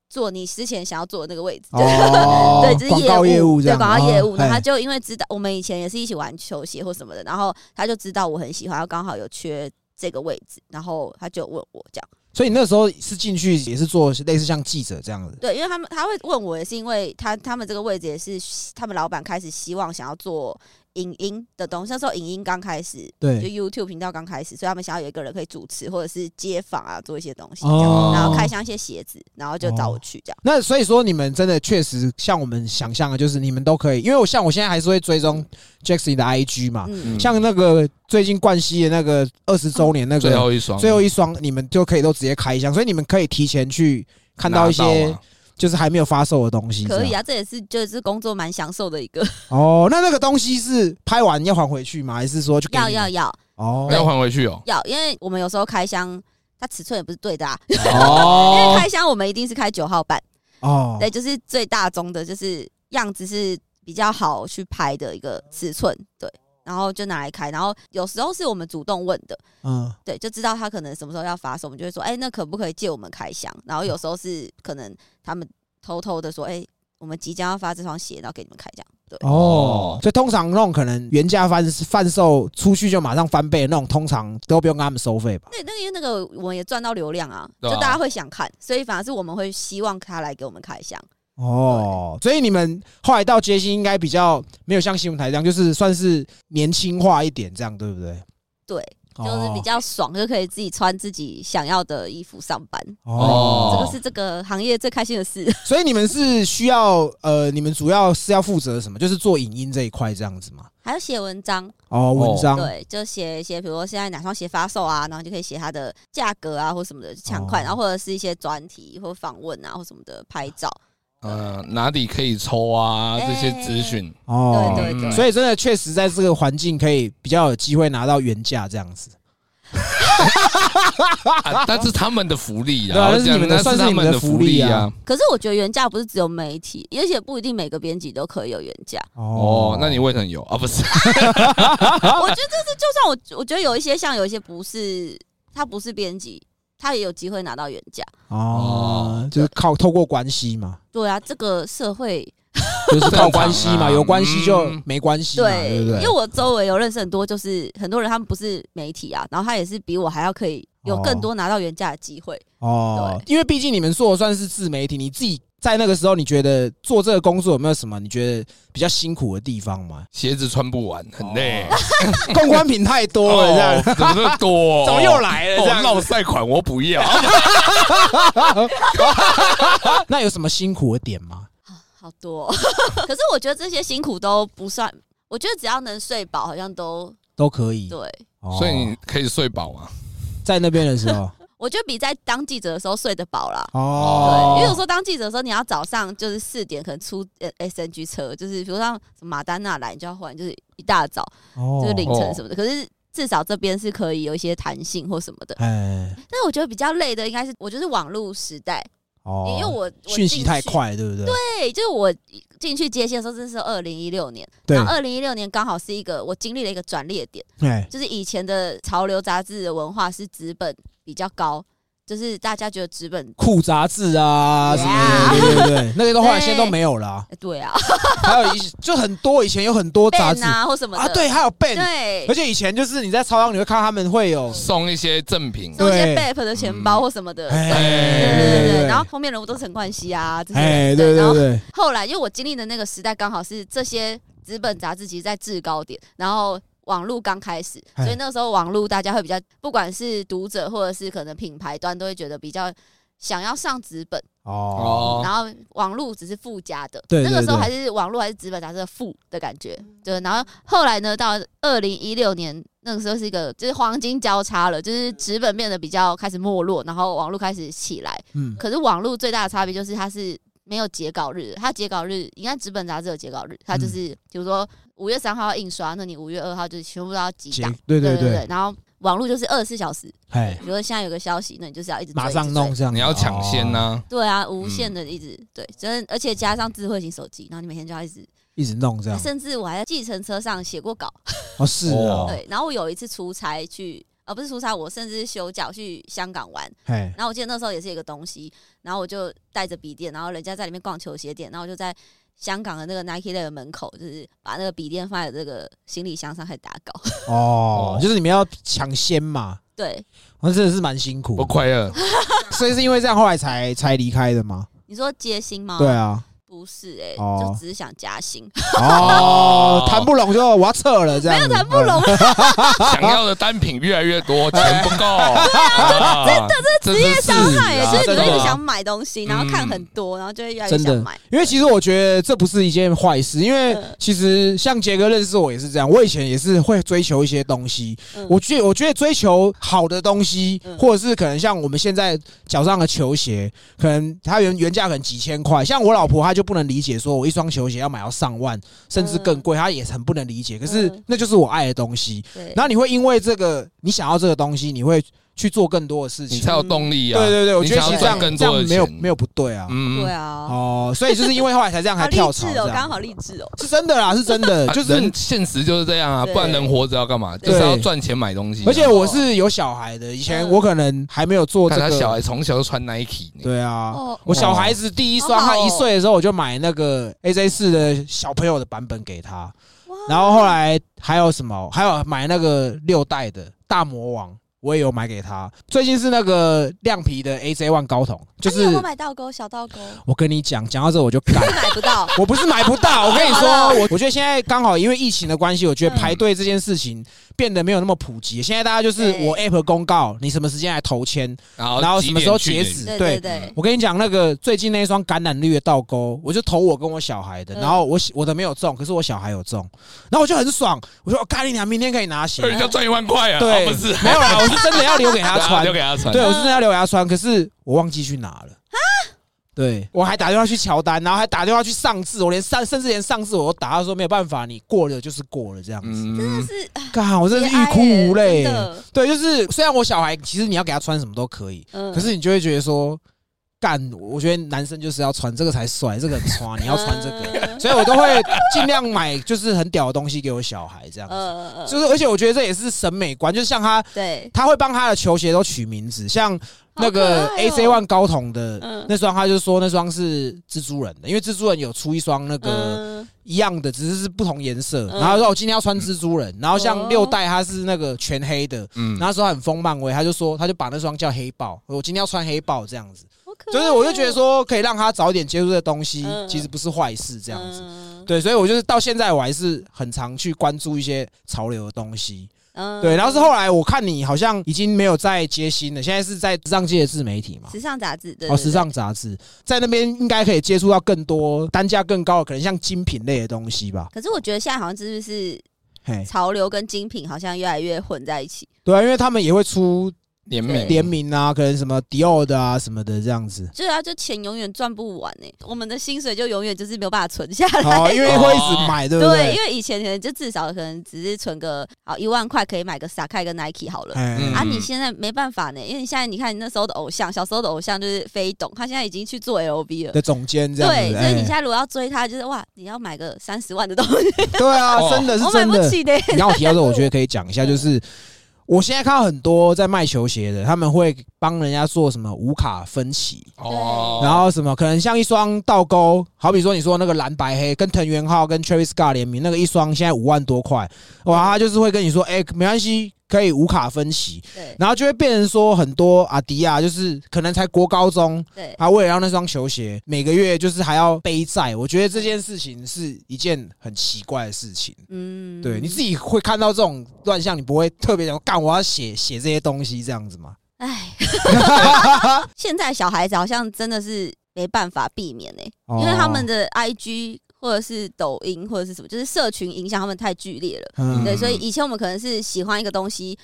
S3: 做你之前想要做的那个位置，
S1: 哦
S3: 对，就是
S1: 广告业务这
S3: 对
S1: 样，
S3: 广告业务。
S1: 哦
S3: 然后他
S1: 嘿
S3: 就因为知道我们以前也是一起玩球鞋或什么的，然后他就知道我很喜欢，然后刚好有缺这个位置，然后他就问我这样。
S1: 所以你那时候是进去也是做类似像记者这样子。
S3: 对，因为他们他会问我，也是因为他他们这个位置也是希他们老板开始希望想要做影音的东西，那时候影音刚开始，就
S1: 对，
S3: YouTube 频道刚开始，所以他们想要有一个人可以主持或者是街访啊，做一些东西这样。
S1: 哦
S3: 然后开箱一些鞋子，然后就找我去这样。
S1: 那所以说，你们真的确实像我们想象的，就是你们都可以，因为我像我现在还是会追踪 Jaxi 的 IG 嘛，
S3: 嗯，
S2: 嗯
S1: 像那个最近冠希的那个二十周年那
S2: 最
S1: 个
S2: 后一双，
S1: 最后一双，你们就可以都直接开箱，所以你们可以提前去看到一
S2: 拿
S1: 些
S2: 啊
S1: 就是还没有发售的东西。
S3: 可
S1: 这
S3: 以
S1: 样
S3: 啊，这也是就是工作蛮享受的一个。
S1: 哦，那那个东西是拍完要还回去吗？还是说就给
S3: 要
S1: 你
S3: 要要
S1: 哦
S2: 要还回去哦。
S3: 要，因为我们有时候开箱。它尺寸也不是对的啊，因为
S2: 哦，
S3: 开箱我们一定是开九号版，
S1: 哦
S3: 对，就是最大宗的，就是样子是比较好去拍的一个尺寸，对，然后就拿来开，然后有时候是我们主动问的，
S1: 嗯
S3: 对，就知道他可能什么时候要发售，我们就会说，哎、那可不可以借我们开箱？然后有时候是可能他们偷偷的说，哎、我们即将要发这双鞋，然后给你们开这样，对，
S1: 哦，所以通常那种可能原价贩贩售出去就马上翻倍的那种，通常都不用跟他们收费吧？
S3: 那那个因为那个我们也赚到流量啊，就
S2: 对啊
S3: 大家会想看，所以反而是我们会希望他来给我们开箱。
S1: 哦，所以你们后来到街心应该比较没有像新闻台这样，就是算是年轻化一点，这样对不对？
S3: 对，
S1: 哦
S3: 就是比较爽，就可以自己穿自己想要的衣服上班。
S1: 哦，
S3: 这
S2: 哦
S3: 个是这个行业最开心的事。
S1: 所以你们是需要呃，你们主要是要负责什么？就是做影音这一块这样子嘛？
S3: 还有写文章，
S1: 哦，文章，
S3: 对，就写一些，比如说现在哪双鞋发售啊，然后就可以写它的价格啊，或什么的抢快，
S1: 哦
S3: 然后或者是一些专题或访问啊，或什么的拍照。
S2: 呃，哪里可以抽啊？这些资讯，
S1: 哦，
S3: 对
S2: 哎
S3: 对对，
S1: 所以真的确实在这个环境可以比较有机会拿到原价这样子。
S2: 啊 但是他们的福利
S1: 对啊
S2: 啊，
S1: 那是你们的
S2: 我讲
S1: 算是你
S2: 那他
S1: 们
S2: 们
S1: 的
S2: 的
S1: 福
S2: 福
S1: 利
S2: 利
S1: 啊
S2: 啊。
S3: 可是我觉得原价不是只有媒体，而且不一定每个编辑都可以有原价。
S2: 哦，那你为什么有啊？不是，
S3: 我觉得这是，就算我我觉得有一些像有一些不是，他不是编辑，他也有机会拿到原价。
S2: 哦
S1: 哦，就是靠透过关系嘛。
S3: 对啊，这个社会
S1: 就是靠关系
S2: 正常
S1: 嘛，
S2: 啊
S1: 有关系就
S2: 嗯
S1: 没关系嘛，对
S3: 对，
S1: 不对
S3: 因为？我周围有认识很多，就是很多人他们不是媒体啊，然后他也是比我还要可以有更多拿到原价的机会。
S1: 哦，因为毕竟你们做的算是自媒体，你自己在那个时候，你觉得做这个工作有没有什么你觉得比较辛苦的地方 吗？
S2: 鞋子穿不完，很累。
S1: 公关品太多了，这样
S2: 哦怎么那么多？
S1: 怎么又来了
S2: 哦
S1: 这样子
S2: 绕赛款我不要。哦
S1: 那有什么辛苦的点吗？
S3: 好多 哦、可是我觉得这些辛苦都不算，我觉得只要能睡饱，好像都
S1: 都可以。
S3: 对。
S1: 哦
S2: 所以你可以睡饱啊吗？
S1: 在那边的时 候，
S3: 我觉得比在当记者的时候睡得饱啦。对，
S1: 哦，
S3: 因为有时候当记者的时候，你要早上就是四点可能出呃 SNG 车，就是比如像什么马丹娜来，你就要换，就是一大早
S1: 候
S3: 就是凌晨什
S1: 哦
S3: 么的。可是至少这边是可以有一些弹性或什么的。
S1: 哎，
S3: 但我觉得比较累的应该是我就是网络时代，
S1: 哦，
S3: 因为我我
S1: 讯息
S3: 进
S1: 太
S3: 去，
S1: 快，对不对？
S3: 对，就是我进去接线的时候，真的是二零一六年，
S1: 对
S3: 然后二零一六年刚好是一个我经历了一个转捩点，
S1: 哎，
S3: 就是以前的潮流杂志的文化是纸本比较高，就是大家觉得纸本。
S1: 酷杂志啊什么
S3: Yeah
S1: 的，对对对，那些都后来现在都没有了啊。
S3: 哎对啊，
S1: 还有一些就很多以前有很多杂
S3: 笨
S1: 志
S3: 啊或什么的，
S1: 啊，对，哎还有 ban，
S3: 对
S1: 而，且以前就是你在超商你会看到他们会有，
S2: 送一些赠品，
S3: 送一些
S1: 对
S3: BAP 的钱包或什么的。
S1: 哎，
S3: 对
S1: 对
S3: 对
S1: 对
S3: 对
S1: 对，
S3: 对，然后后面人物都是陈冠希啊这些
S1: 哎，
S3: 人，
S1: 对
S3: 然
S1: 对
S3: 后嗯
S1: 对，
S3: 后来，因为我经历的那个时代刚好是这些纸本杂志其实在制高点，然后网络刚开始，
S1: 哎
S3: 所以那时候网络大家会比较，不管是读者或者是可能品牌端都会觉得比较想要上纸本，
S1: 哦，
S3: 然后网络只是附加的。
S1: 对对
S3: 那个时候
S1: 对
S3: 还是网络还是纸本杂志的负的感觉。对，然后后来呢，到二零一六年那个时候是一个就是黄金交叉了，就是纸本变得比较开始没落，然后网络开始起来。
S1: 嗯，
S3: 可是网络最大的差别就是它是没有截稿日，它截稿日应该纸本杂志有截稿日，它
S1: 嗯
S3: 就是比如说五月三号要印刷，那你五月二号就是全部都要集
S1: 结
S3: 档，
S1: 对对
S3: 对
S1: 对，
S3: 然后网络就是二十四小时，
S1: 哎，
S3: 比如说现在有个消息，那你就是要一直追
S1: 马上，
S3: 一
S1: 弄
S3: 直
S1: 这样，
S2: 你要抢先
S1: 哦，
S2: 呐。
S3: 追对啊，无限的一直、对，真的而且加上智慧型手机，然后你每天就要一直，
S1: 一直弄这样，
S3: 甚至我还在计程车上写过稿，
S1: 哦是哦，
S3: 对，然后我有一次出差去。啊，不是出差，我甚至休假我去香港玩，
S1: 哎，
S3: 然后我记得那时候也是一个东西，然后我就带着笔电，然后人家在里面逛球鞋店，然后我就在香港的那个 Nike 的门口，就是把那个笔电放在这个行李箱上开始打稿。
S1: 哦
S2: 哦，
S1: 就是你们要抢先嘛，
S3: 对，
S1: 那真的是蛮辛苦
S2: 不，快乐，
S1: 哦所以是因为这样后来才才离开的吗？
S3: 你说接薪吗？
S1: 对，啊，
S3: 不是哎、
S1: 哦
S3: 就只是想加薪，
S1: 哦，谈不拢就我要撤了， 这样没嗯有
S3: 谈不拢，
S2: 想要的单品越来越 多，钱不够。啊真的，这职业
S3: 伤害哎、就是你
S1: 真
S3: 会
S1: 的啊
S3: 一直想买东西，然后看很多，然后就会越来越
S1: 真的
S3: 想买。
S1: 因为其实我觉得这不是一件坏事，因
S3: 嗯
S1: 为其实像杰哥认识我也是这样，我以前也是会追求一些东西。
S3: 嗯
S1: 我觉得我觉得追求好的东西，
S3: 嗯
S1: 或者是可能像我们现在脚上的球鞋，可能它原原价可能几千块，像我老婆她就不能理解，说我一双球鞋要买到上万甚至更贵，她也很不能理解。可是
S3: 嗯
S1: 那就是我爱的东西，
S3: 对，
S1: 然后你会因为这个你想要这个东西，你会去做更多的事
S2: 你
S1: 情。
S2: 才有动力啊。
S1: 对对对，我觉得
S2: 你
S1: 其
S2: 想
S1: 实
S2: 要
S1: 这样
S2: 赚
S3: 赚
S2: 更
S1: 这
S2: 多的
S1: 样
S2: 钱，
S1: 没有没有不对啊。
S2: 嗯
S3: 对啊，
S1: 哦，所以就是因为后来才这样，还
S3: 好励
S1: 跳
S3: 志
S1: 槽这样，
S3: 哦，刚刚好励志哦。
S1: 是真的啦，是真的，就
S2: 啊人
S1: 是。
S2: 现实就是这样啊，
S3: 对
S2: 不然人活着要干嘛？
S1: 对
S2: 就是要赚钱买东西啊。
S1: 而且我是有小孩的，以
S3: 嗯
S1: 前我可能还没有做这
S2: 看他小
S1: 个。
S2: 孩从小就穿 Nike，呢
S1: 对啊，
S3: 哦，
S1: 我小孩子第一双，
S3: 好好
S1: 他
S3: 哦
S1: 一岁的时候我就买那个 AJ 四的小朋友的版本给他，
S3: 哇啊
S1: 然后后来还有什么，还有买那个六代的大魔王，我也有买给他。最近是那个亮皮的 AJ One 高筒，就
S3: 啊你有
S1: 是
S3: 没有买倒钩、小倒钩？
S1: 我跟你讲，讲到这我就 干
S3: 你。买 不到，
S1: 我不是买不到，我跟你
S3: 好
S1: 说
S3: 了，
S1: 我我觉得现在刚好因为疫情的关系，我觉得
S3: 嗯
S1: 排队这件事情变得没有那么普及。现在大家就是
S3: 对嗯
S1: 我 app 公告你什么时间来投签，
S2: 然
S1: 然后
S2: 几
S1: 什
S2: 点
S1: 么时候
S2: 去
S1: 截
S2: 哪里
S1: 止，
S3: 对
S1: 对嗯
S3: 对。对，
S1: 我跟你讲，那个最近那一双橄榄绿的倒钩，我就投我跟我小孩的，
S3: 嗯
S1: 然后我我的没有中，可是我小孩有中，然后我就很爽，我说我哦干你娘，明天可以拿鞋
S2: 哎，人家赚一万块啊！
S1: 对，
S2: 哦不是，
S1: 没有啦， 我 是真的要留给他
S2: 然后
S1: 穿
S2: 就，啊给他穿。
S1: 对，我是真的要留给他穿，可是我忘记去拿了。
S3: 啊
S1: 对，我还打电话去乔丹，然后还打电话去上智，我连上甚至连上智我都打，他说没有办法，你过了就是过了这样子。
S3: 真的
S2: 嗯，
S3: 是
S1: 干，我真的是欲哭无泪
S3: 节哀耶。真的
S1: 对，就是虽然我小孩其实你要给他穿什么都可以，
S3: 嗯
S1: 可是你就会觉得说，干，我觉得男生就是要穿这个才帅，这个很穿，你要穿 这个，
S3: 个，
S1: 所以我都会尽量买就是很屌的东西给我小孩这样子。
S3: 呃
S1: 就是，而且我觉得这也是审美观，就是像他，
S3: 对，
S1: 他会帮他的球鞋都取名字，像那个
S3: 好可爱
S1: A
S3: 哦
S1: C One 高筒的
S3: 嗯
S1: 那双，他就说那双是蜘蛛人的，因为蜘蛛人有出一双那个
S3: 嗯
S1: 一样的，只是是不同颜色。然
S3: 嗯
S1: 后他说我今天要穿蜘蛛人，然后
S3: 哦
S1: 像六代他是那个全黑的，
S2: 嗯
S1: 然后，他说他很疯漫威，他就说他就把那双叫黑豹，我今天要穿黑豹这样子，
S3: 好可爱哦
S1: 就是我就觉得说可以让他早一点接触这东西，
S3: 嗯
S1: 其实不是坏事这样子。
S3: 子，
S1: 对，所以我就是到现在我还是很常去关注一些潮流的东西。
S3: 嗯
S1: 对，然后是后来我看你好像已经没有在接新了，现在是在时尚界的自媒体嘛。
S3: 嗯时尚杂志，对
S1: 哦，时，尚杂志在那边应该可以接触到更多单价更高的，可能像精品类的东西吧
S3: 对。可是我觉得现在好像是不是
S1: 嘿，
S3: 潮流跟精品好像越来越混在一起？
S1: 对啊，因为他们也会出
S2: 联名
S1: 联名啊，可能什么迪奥的啊什么的这样 子。
S3: 就是啊，就钱永远赚不完呢、欸我们的薪水就永远就是没有办法存下来。
S1: 哦， 因为会一直买，对不
S3: 对，
S1: 对？
S3: 因为以前可能就至少可能只是存个好一万块可以买个 Sakai 跟 Nike 好了。
S1: 嗯
S2: 嗯
S3: 啊，你现在没办法呢，因为你现在你看你那时候的偶像，小时候的偶像就是飞董，他现在已经去做 LV 了。
S1: 的总监这样
S3: 对，
S1: 子。
S3: 所以你
S1: 哎
S3: 现在如果要追他，就是哇，你要买个三十万的东 西，
S1: 对啊，
S2: 哦
S1: 真的是
S3: 我买
S1: 真
S3: 不
S1: 的。
S3: 起的。
S1: 你让我提到这，我觉得可以讲一下，就是我现在看到很多在卖球鞋的，他们会帮人家做什么无卡分歧，
S2: 哦，
S1: 然后什么可能像一双倒钩，好比说你说那个蓝白黑跟藤原浩跟 Travis Scott 联名那个一双，现在五万多块，哇，他就是会跟你说，哎，没关系，可以无卡分歧，
S3: 对
S1: 然后就会变成说很多阿迪亚就是可能才国高中，
S3: 对，
S1: 他为了让那双球鞋每个月就是还要背债，我觉得这件事情是一件很奇怪的事情。
S3: 嗯，
S1: 对，你自己会看到这种乱象，你不会特别想说干，我要写写这些东西这样子吗？
S3: 哎，现在小孩子好像真的是没办法避免呢、
S1: 哦
S3: 因为他们
S1: 的
S3: 的 IG 或者是抖音或者是什么，就是社群影响他们太剧烈了。
S1: 嗯
S3: 对，所以以前我们可能是喜欢一个东西，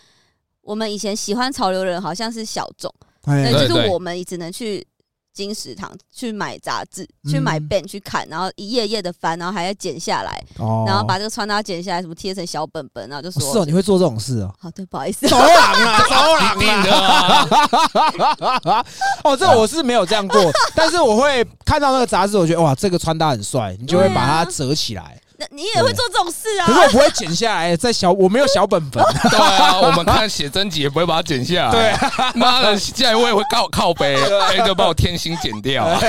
S3: 我们以前喜欢潮流的人好像是小众，
S1: 哎
S3: 对，
S2: 对
S3: 就是
S2: 对
S3: 我们只能去金石堂去买杂志、
S1: 嗯
S3: 去买 Ben 去看，然后一页页的翻，然后还要剪下来，
S1: 哦
S3: 然后把这个穿搭剪下来，什么贴成小本本，然后就
S1: 哦是哦，
S3: 说。
S1: 你会做这种事哦。
S3: 好，对，不好意思，
S1: 走廊啊，走
S2: 一定的啊，
S1: 廊！ 哦，这我是没有这样过，但是我会看到那个杂志，我觉得哇，这个穿搭很帅，你就会
S3: 对啊
S1: 把它折起来。
S3: 那你也会做这种事啊
S1: 可？是我不会剪下来，在小我没有小本本，
S2: 对 啊，我们看写真集也不会把它剪下来，
S1: 对
S2: 妈的，下一位会靠靠背，哎，就把我天星剪掉，啊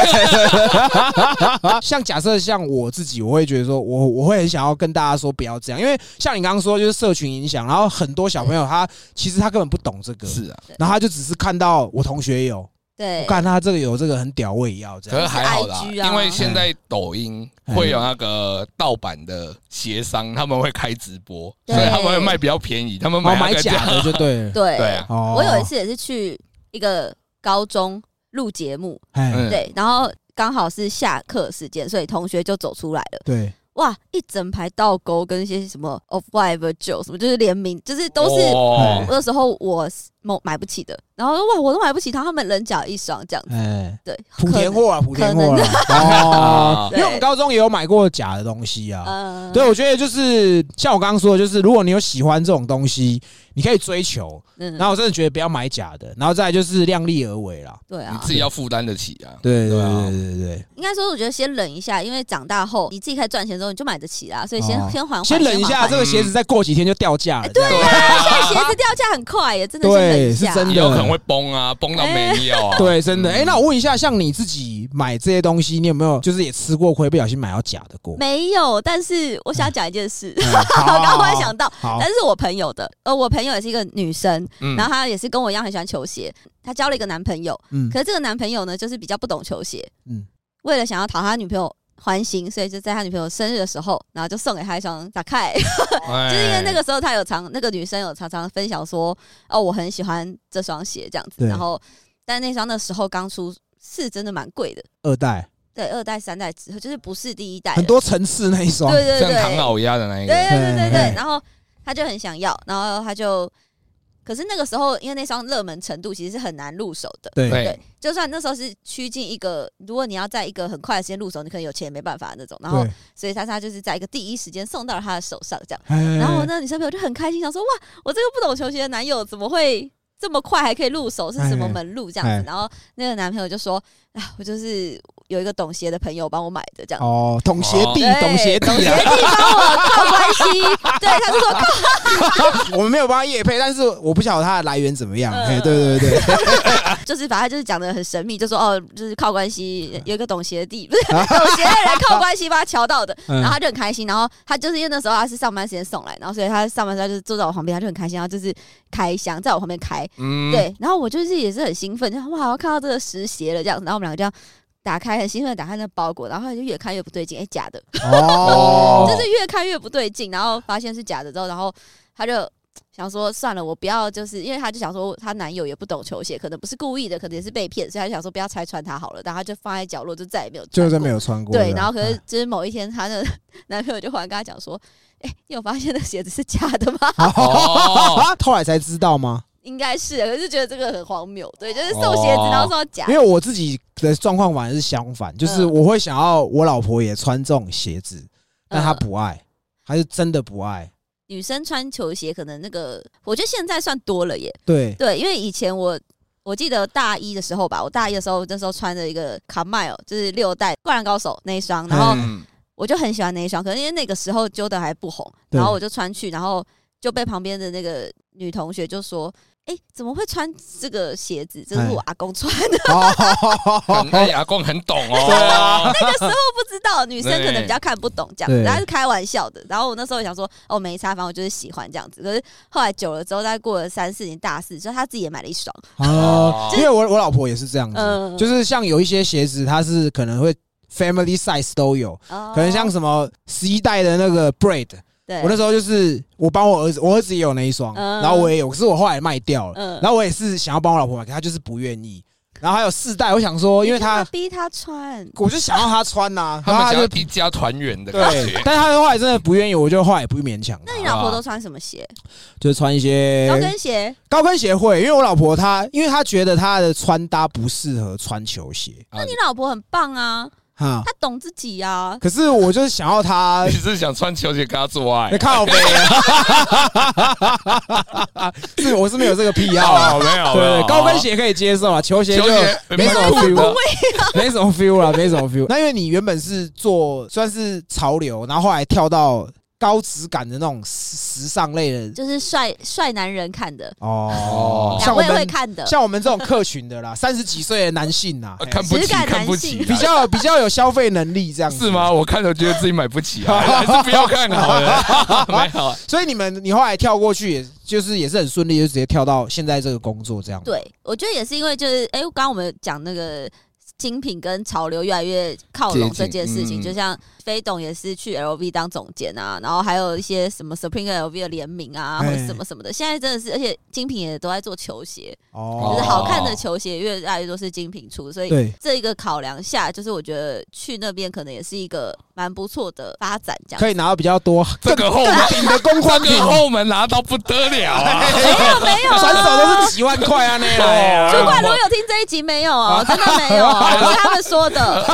S1: 啊像假设像我自己，我会觉得说我，我会很想要跟大家说不要这样，因为像你刚刚说，就是社群影响，然后很多小朋友他其实他根本不懂这个，
S2: 是啊，
S1: 然后他就只是看到我同学有，
S3: 对
S1: 我，看他这个有这个很屌，我也要这
S2: 可是
S1: 样。
S2: 还好啦，
S3: IG 啊
S2: 因为现在抖音会有那个盗版的协商，他们会开直播，
S3: 对
S2: 所以他们会卖比较便宜，他们
S1: 哦，
S2: 买
S1: 买
S2: 那个
S1: 假的就对了。
S3: 对
S2: 对啊
S1: 哦，
S3: 我有一次也是去一个高中录节目，
S1: 哎，
S2: 嗯
S3: 对，然后刚好是下课时间，所以同学就走出来了。
S1: 对，
S3: 哇，一整排倒钩跟一些什么 Off White Virgil 什么，就是联名，就是都是
S2: 哦
S3: 那时候我某买不起的，然后哇，我都买不起，他他们人脚一双这样子，
S1: 哎，
S3: 对，
S1: 莆田货啊，莆田货啊。哦，
S2: 啊
S1: 因为我们高中也有买过假的东西啊
S3: 可。能，嗯，
S1: 对，我觉得就是像我刚刚说的，就是如果你有喜欢这种东西，你可以追求，
S3: 嗯，
S1: 然后我真的觉得不要买假的，然后再来就是量力而为啦。
S3: 对
S2: 你
S3: 啊，
S2: 自己要负担得起啊。
S1: 对
S2: 对啊
S1: 对对
S3: 应该说我觉得先忍一下，因为长大后你自己开始赚钱之后，你就买得起啦，所以先
S1: 哦
S3: 先哎缓缓，
S1: 先忍一下，
S3: 缓缓
S1: 这个鞋子再过几天就掉价了。对
S2: 对
S3: 现在
S2: 啊，
S3: 鞋子掉价很快耶，真的先忍
S1: 对，
S3: 一
S1: 是
S3: 下，
S1: 真的，
S2: 也有可能会崩啊，崩到没有啊。
S1: 对，真的。哎，
S2: 嗯
S1: 那我问一下，像你自己买这些东西，你有没有就是也吃过亏，不小心买到假的过？
S3: 没有，但是我想讲一件事，
S1: 嗯
S3: 我刚刚
S1: 好
S3: 忽然想到，
S1: 好
S3: 但，是我朋友的，呃，我朋友也是一个女生，
S2: 嗯
S3: 然后她也是跟我一样很喜欢球鞋，她交了一个男朋友，
S1: 嗯
S3: 可是这个男朋友呢，就是比较不懂球鞋，
S1: 嗯
S3: 嗯，为了想要讨她女朋友欢心，所以就在她女朋友生日的时候，然后就送给她一双打开，
S2: 哎
S3: 就是因为那个时候她有常那个女生有常常分享说，哦，我很喜欢这双鞋这样子，
S1: 对
S3: 然后但那双那时候刚出是真的蛮贵的，
S1: 二代
S3: 对，二代三代之后就是不是第一代了，
S1: 很多啊层次那一双，
S3: 哎对对
S2: 像
S3: 对，
S2: 唐老鸭的那一个，
S3: 对对对对
S1: 对
S3: 对，然后他就很想要，然后他就，可是那个时候因为那双热门程度其实是很难入手的，
S1: 对
S2: 对
S3: 对，就算那时候是趋近一个，如果你要在一个很快的时间入手，你可能有钱也没办法那种，然后
S1: 对
S3: 所以他他就是在一个第一时间送到了他的手上这样，
S1: 哎
S3: 然后那女生朋友就很开心，想说哇，我这个不懂球鞋的男友怎么会这么快还可以入手是什么门路这样
S1: 哎
S3: 子。然后那个男朋友就说：“啊，我就是有一个懂鞋的朋友帮我买的这样。”
S1: 哦，懂鞋弟
S3: 对，
S1: 懂鞋
S3: 懂
S1: 弟
S3: 鞋
S2: 哎
S1: 啊，
S3: 弟帮我靠关系，对，他就说靠，
S1: 我们没有帮他夜配，但是我不晓得它的来源怎么样。
S3: 嗯
S1: 哎，对对对，
S3: 就是反正就是讲的很神秘，就说哦，就是靠关系，有一个懂鞋 弟，不是懂鞋的人靠关系把他瞧到的，
S1: 嗯
S3: 然后他就很开心，然后他就是因为那时候他是上班时间送来，然后所以他上班时候他就是坐在我旁边，他就很开心，然后就是开箱在我旁边开，
S2: 嗯，
S3: 对，然后我就是也是很兴奋，就哇，我看到这个实鞋了这样子，然后我们两个这样。打开很兴奋，打开那包裹，然后就越看越不对劲，哎、假的，
S1: 嗯哦，
S3: 就是越看越不对劲，然后发现是假的之后，然后她就想说算了，我不要，就是因为她就想说她男友也不懂球鞋，可能不是故意的，可能也是被骗，所以她就想说不要拆穿它好了，然后她就放在角落，就再也没有
S1: 就是
S3: 穿
S1: 没
S3: 过
S1: 有穿过。嗯
S3: 对，
S1: 吧
S3: 然后可是就是某一天，她的 男朋友就忽然跟她讲说：“哎、你有发现那鞋子是假的吗？”
S2: 哦
S1: 后来才知道吗？
S3: 应该是，可是觉得这个很荒谬，对，就是送鞋子然后送到假
S1: 哦因，为我自己的状况反而是相反，就是
S3: 嗯
S1: 我会想要我老婆也穿这种鞋子，但
S3: 嗯
S1: 她不爱，她是真的不爱。
S3: 女生穿球鞋可能那个，我觉得现在算多了耶，
S1: 对，
S3: 对，因为以前我我记得大一的时候吧，我大一的时候那时候穿着一个卡麦尔，就是六代灌篮高手那一双，然后
S2: 嗯
S3: 我就很喜欢那一双，可是因为那个时候 Jordan 还不红，
S1: 对
S3: 然后我就穿去，然后就被旁边的那个女同学就说。哎、怎么会穿这个鞋子？
S1: 哎
S3: 这是我阿公穿的，
S2: 很那牙哎公很懂哦，对啊，
S3: 那时候不知道，女生可能比较看不懂这样
S1: 对
S3: 子，她是开玩笑的。然后我那时候也想说，哦，没差，反正我就是喜欢这样子。可是后来久了之后，大概过了三四年，大四，所以她自己也买了一双，
S1: 啊，因为我我老婆也是这样子，
S3: 哦嗯
S1: 就是像有一些鞋子，它是可能会 family size 都有，
S3: 可
S1: 可能像什么十一代的那个 braid，
S3: 哦对，
S1: 我那时候就是我帮我儿子，我儿子也有那一双，
S3: 嗯
S1: 然后我也有，可是我后来卖掉了，
S3: 嗯
S1: 然后我也是想要帮我老婆买，可她就是不愿意。然后还有四代，我想说，因为
S3: 你干
S1: 她
S3: 嘛逼他穿，
S1: 我就想要她穿呐、
S2: 他
S1: 然后
S2: 们
S1: 她
S2: 想
S1: 就
S2: 要一家团圆的感
S1: 对
S2: 觉，，
S1: 但是他后来真的不愿意，我就后来也不勉强他
S3: 那，你老婆都穿什么鞋？
S1: 就是穿一些
S3: 高跟鞋
S1: 高跟鞋会，因为我老婆她，因为她觉得她的穿搭不适合穿球鞋
S2: 啊
S3: 你老婆很棒啊，
S1: 哈。
S3: 她懂自己啊。
S1: 可是我就是想要她
S2: 你是想穿球鞋跟他做 爱
S1: 你？靠背，是我是没有这个癖好啊。
S2: 哦，没有，
S1: 对
S2: 没
S1: 对，
S2: 有
S1: 高跟。鞋可以接受啊，球鞋就
S2: 球鞋
S1: 没什么
S2: 没
S1: feel，
S2: 办法
S1: 啊没什么 feel 啦，没什么 feel。那因为你原本是做算是潮流，然后后来跳到高质感的那种时时尚类的
S3: 就是帅帅男人看的，
S1: 哦，像
S3: 两
S1: 我
S3: 位
S1: 们
S3: 会看的，
S1: 像我们这种客群的啦，三十几岁的男性 呐、
S2: 呃
S1: 嘿
S2: 看不起，
S3: 实感
S2: 看不
S3: 男
S2: 起
S3: 性
S2: 啦，
S1: 比较比较有消费能力这样子
S2: 是？吗？我看了觉得自己买不起 啊，还是不要看好了。没有，啊
S1: 所以你们你后来跳过去也，就是也是很顺利，就直接跳到现在这个工作这样。，
S3: 对我觉得也是因为就是，哎、刚刚我们讲那个精品跟潮流越来越靠拢
S2: 接
S3: 这
S2: 近
S3: 件事情，
S2: 嗯
S3: 就像飞董也是去 LV 当总监啊，然后还有一些什么 Supreme 跟 LV 的联名啊，或
S1: 哎
S3: 者什么什么的，现在真的是，而且精品也都在做球鞋，
S1: 哦
S3: 就是好看的球鞋越来越多是精品出，所以
S1: 对，
S3: 这一个考量下，就是我觉得去那边可能也是一个蛮不错的发展，这样
S1: 可以拿到比较 多
S2: 这个后门，
S1: 顶的公关
S2: 这
S1: 品
S2: 个，后门拿到不得了啊！
S3: 没 有
S1: 转手
S3: 啊。
S1: 都是几万块啊那
S2: 哦
S1: 啦。
S3: 主管如果有听这一集没有哦，真的没 有哦，是他们说的。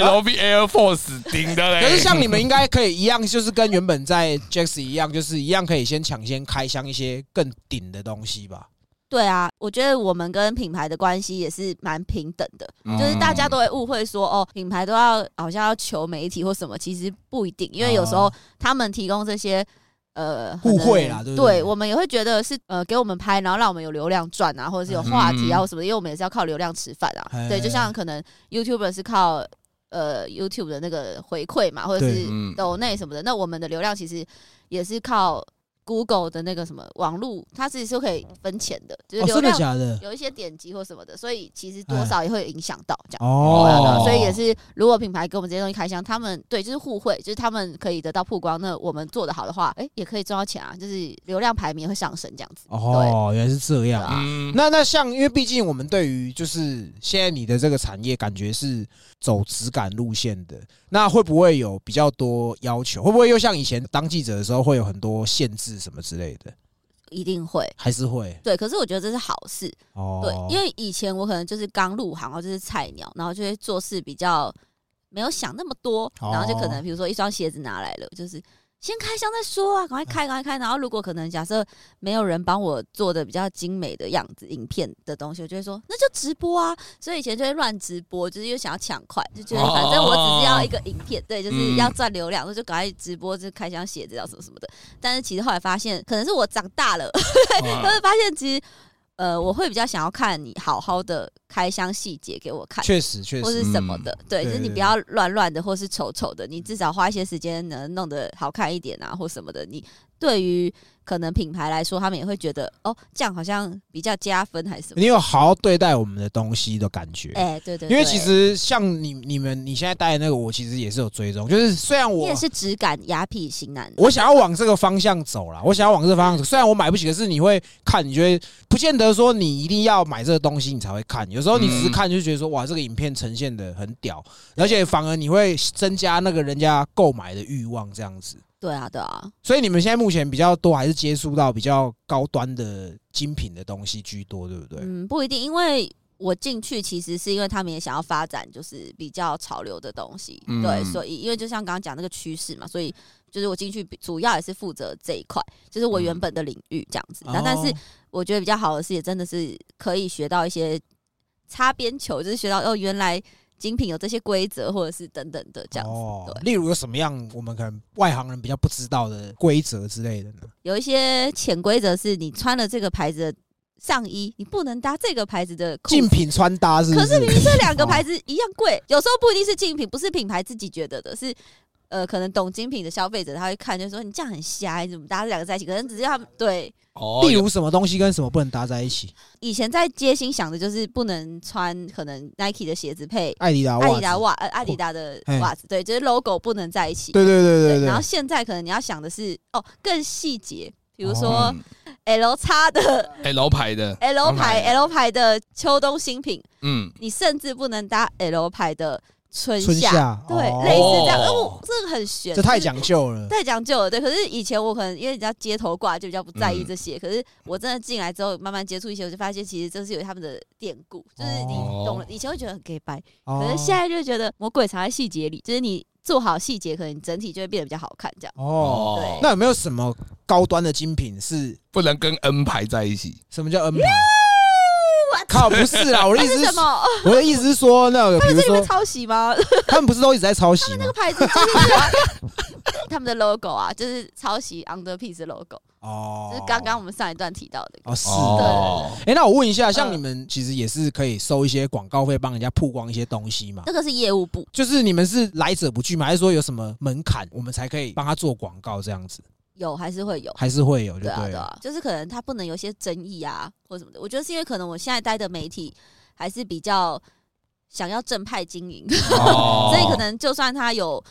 S2: L V Air Force 顶的嘞。
S1: 可是像你们应该可以一样，就是跟原本在 Jax 一样，就是一样可以先抢先开箱一些更顶的东西吧。
S3: 对啊，我觉得我们跟品牌的关系也是蛮平等的，
S2: 嗯
S3: 就是大家都会误会说哦，品牌都要好像要求媒体或什么，其实不一定，因为有时候他们提供这些。呃，可能
S1: 互惠哦啦对
S3: 对
S1: 不对
S3: 我们也会觉得是呃，给我们拍，然后让我们有流量赚啊，或者是有话题啊，
S2: 嗯
S3: 或什么，因为我们也是要靠流量吃饭啊。
S1: 哎
S3: 对，就像可能 YouTuber 是靠呃 YouTube 的那个回馈嘛，或者
S1: 对
S3: 是
S2: 嗯
S3: 抖内什么的，那我们的流量其实也是靠 Google 的那个什么网络，它其实是可以分钱的，就是
S1: 哦，
S3: 流
S1: 真的
S3: 量
S1: 假的？
S3: 有一些点击或什么的，所以其实多少也会影响到这样。
S1: 哎哦
S3: 对啊对啊所以也是，如果品牌给我们这些东西开箱，他们对就是互惠，就是他们可以得到曝光，那我们做的好的话，哎、也可以赚到钱啊，就是流量排名也会上升这样子。
S1: 哦，原来是这样。
S3: 啊
S2: 嗯，
S1: 那那像，因为毕竟我们对于就是现在你的这个产业，感觉是走质感路线的，那会不会有比较多要求？会不会又像以前当记者的时候会有很多限制什么之类的？
S3: 对，一定会。
S1: 还是会
S3: 对，可是我觉得这是好事，
S1: 哦？
S3: 对，因为以前我可能就是刚入行，然后就是菜鸟，然后就会做事比较没有想那么多，
S1: 哦
S3: 然后就可能比如说一双鞋子拿来了，就是先开箱再说啊，赶快开，赶快开。然后如果可能，假设没有人帮我做的比较精美的样子、影片的东西，我就会说那就直播啊。所以以前就会乱直播，就是又想要抢快，就觉得
S1: 哦
S3: 反正我只是要一个影片，对，就是要赚流量，那就赶快直播，就开箱写资料什么什么的。但是其实后来发现，可能是我长大了，
S2: 哇
S3: 他 会发现其实，呃，我会比较想要看你好好的开箱细节给我看，
S1: 确实确
S3: 或
S1: 实，
S3: 是什么的。对，就是
S1: 对
S3: 你
S1: 对
S3: 不要乱乱的，或是丑丑的，你至少花一些时间能弄得好看一点啊，或什么的。你对于可能品牌来说，他们也会觉得哦，这样好像比较加分还是什么？
S1: 你有好好对待我们的东西的感觉。
S3: 哎、对对
S1: 因为
S3: 对
S1: 其实像你、你们、你现在带的那个，我其实也是有追踪。就是虽然
S3: 你
S1: 我
S3: 也是质感雅痞型男，
S1: 我想要往这个方向走啦，我想要往这个方
S3: 嗯
S1: 向走。虽然我买不起，可是你会看，你就会不见得说你一定要买这个东西你才会看。有时候你只是看就觉得说哇，这个影片呈现的很屌，而且反而你会增加那个人家购买的欲望这样子。
S3: 对啊对啊，
S1: 所以你们现在目前比较多还是接触到比较高端的精品的东西居多，对不对？
S3: 嗯，不一定，因为我进去其实是因为他们也想要发展就是比较潮流的东西，
S2: 嗯
S3: 对，所以因为就像刚刚讲那个趋势嘛，所以就是我进去比主要也是负责这一块，就是我原本的领域这样子。那、但是
S1: 嗯哦
S3: 我觉得比较好的是，也真的是可以学到一些擦边球，就是学到哦，原来精品有这些规则，或者是等等的这样子。
S1: 哦
S3: 对，
S1: 例如有什么样我们可能外行人比较不知道的规则之类的呢？
S3: 有一些潜规则是你穿了这个牌子的上衣，你不能搭这个牌子的裤
S1: 竞
S3: 子。
S1: 品穿搭是不
S3: 可
S1: 是
S3: 是明明这两个 牌子一样贵，有时候不一定是竞品，不是品牌自己觉得的，是呃，可能懂精品的消费者他会看，就说你这样很瞎，你怎么搭这两个在一起？可能只是他们对
S2: 哦
S1: 例如什么东西跟什么不能搭在一起？
S3: 以前在街心想的就是不能穿可能 Nike 的鞋子配
S1: 艾迪达
S3: 艾
S1: 袜
S3: 迪
S1: 子，
S3: 达袜，呃，艾迪达的
S1: 嘿
S3: 袜子，对，就是 logo 不能在一起。
S1: 对对对对
S3: 然后
S1: 对，
S3: 现在可能你要想的是哦，更细节，比如
S1: 哦
S3: 说 L 叉的
S2: 哎老嗯牌的
S3: L 牌
S2: 牌
S3: L 牌的秋冬新品，
S2: 嗯，
S3: 你甚至不能搭 L 牌的春
S1: 春夏
S3: 对，
S1: 哦
S3: 类似这样，
S2: 哦
S3: 哦，这个很悬，
S1: 这太
S3: 就是
S1: 讲究了。
S3: 太讲究了，对。可是以前我可能因为人家街头挂就比较不在意
S2: 嗯
S3: 这些，可是我真的进来之后慢慢接触一些，我就发现其实这是有他们的典故，就是你
S2: 哦
S3: 懂了，以前会觉得很 gay 白，
S1: 哦
S3: 可是现在就觉得魔鬼藏在细节里，就是你做好细节，可能你整体就会变得比较好看，这样。
S1: 哦，
S3: 对
S1: 那有没有什么高端的精品是
S2: 不能跟 N 牌在一起。
S1: 什么叫 N 牌？靠，不是 啦，我的
S3: 那
S1: 意思
S3: 是什
S1: 是，
S3: 么？
S1: 我的意思是说那个，
S3: 他
S1: 比
S3: 们
S1: 如
S3: 这里面
S1: 说
S3: 抄 袭吗？
S1: 他们不是都一直在抄袭吗
S3: 那个？牌子就是 他们的 logo 啊，就是抄袭 Underpiece 的 logo，
S1: 哦，
S3: 就是刚刚我们上一段提到的。
S1: 哦是
S2: 哦，
S1: 哎、那我问一下，像
S3: 嗯
S1: 你们其实也是可以收一些广告费，帮人家曝光一些东西嘛？
S3: 那个是业务部，
S1: 就是你们是来者不拒吗？还是说有什么门槛，我们才可以帮他做广告这样子？
S3: 有还是会有。
S1: 还是会有就
S3: 对啊，
S1: 对
S3: 对
S1: 了。
S3: 啊，就是可能它不能有一些争议啊，或什么的。我觉得是因为可能我现在待的媒体还是比较想要正派经营，
S2: 哦
S3: 所以可能就算他有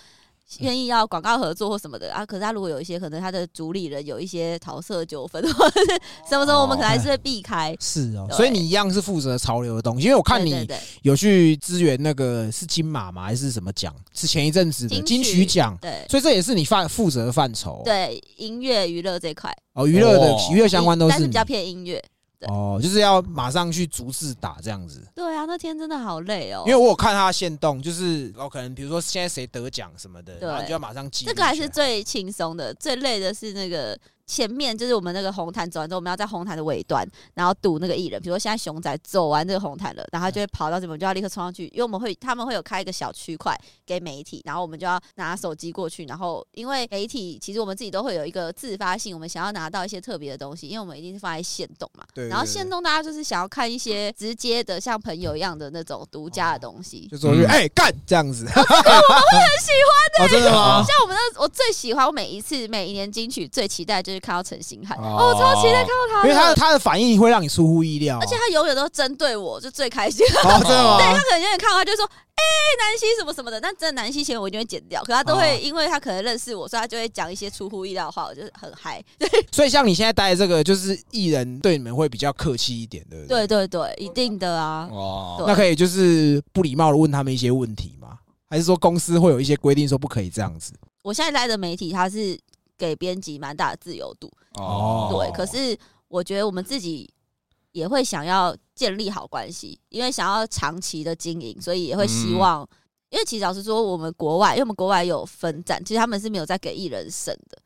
S3: 愿意要广告合作或什么的啊，可是他如果有一些可能他的主理人有一些桃色纠纷或者
S1: 哦
S3: 是什么什么，我们可能还是会避开。
S1: 是哦，
S3: 对
S1: 所以你一样是负责潮流的东西，因为我看
S3: 对
S1: 你
S3: 对
S1: 有去支援那个是金马吗？还是什么奖？是前一阵子的
S3: 金
S1: 金
S3: 曲
S1: 曲奖，
S3: 对
S1: 所以这也是你范负责的范畴。
S3: 对，对音乐娱乐这块
S1: 哦，娱乐的
S2: 哦
S1: 娱乐相关都
S3: 但
S1: 是
S3: 是
S1: 你
S3: 比较偏音乐。对
S1: 哦，就是要马上去逐字打这样子。
S3: 对啊，那天真的好累哦
S1: 因为。我有看他的线动，就是哦，可能比如说现在谁得奖什么的，
S3: 对
S1: 然后你就要马上记录起来。
S3: 这个还是最轻松的，最累的是那个前面，就是我们那个红毯走完之后，我们要在红毯的尾端，然后堵那个艺人。比如说现在熊仔走完这个红毯了，然后他就会跑到这边，我们就要立刻冲上去，因为我们会他们会有开一个小区块给媒体，然后我们就要拿手机过去，然后因为媒体其实我们自己都会有一个自发性，我们想要拿到一些特别的东西，因为我们一定是放在线动嘛。
S1: 对，对
S3: 然后
S1: 对
S3: 线动大家就是想要看一些直接的，像朋友一样的那种独家的东西，
S1: 就说就是
S2: 嗯
S1: 哎干这样子， 我会很喜欢的。哦，真的吗？
S3: 像我们那我最喜欢，我每一次每一年金曲最期待就是看到陈星汉，
S2: 哦
S3: 哦，我超期待看到他的，
S1: 因为他他的反应会让你出乎意料啊，
S3: 而且他永远都针对我，就最开心。
S1: 哦真的吗？
S3: 对他可能永远看到他就说，哎、南希什么什么的，但真的南希前我一定会剪掉，可他都会、
S1: 哦
S3: 因为他可能认识我，所以他就会讲一些出乎意料的话，我就很嗨。
S1: 所以像你现在待的这个，就是艺人对你们会比较客气一点，对不
S3: 对？对对，一定的啊。
S2: 哦，
S1: 那可以就是不礼貌的问他们一些问题吗？还是说公司会有一些规定说不可以这样子？
S3: 我现在待的媒体，它是给编辑蛮大的自由度，
S2: 哦，
S3: 对，可是我觉得我们自己也会想要建立好关系，因为想要长期的经营，所以也会希望因为其实老实说，我们国外，因为我们国外有分站，其实他们是没有在给艺人审的。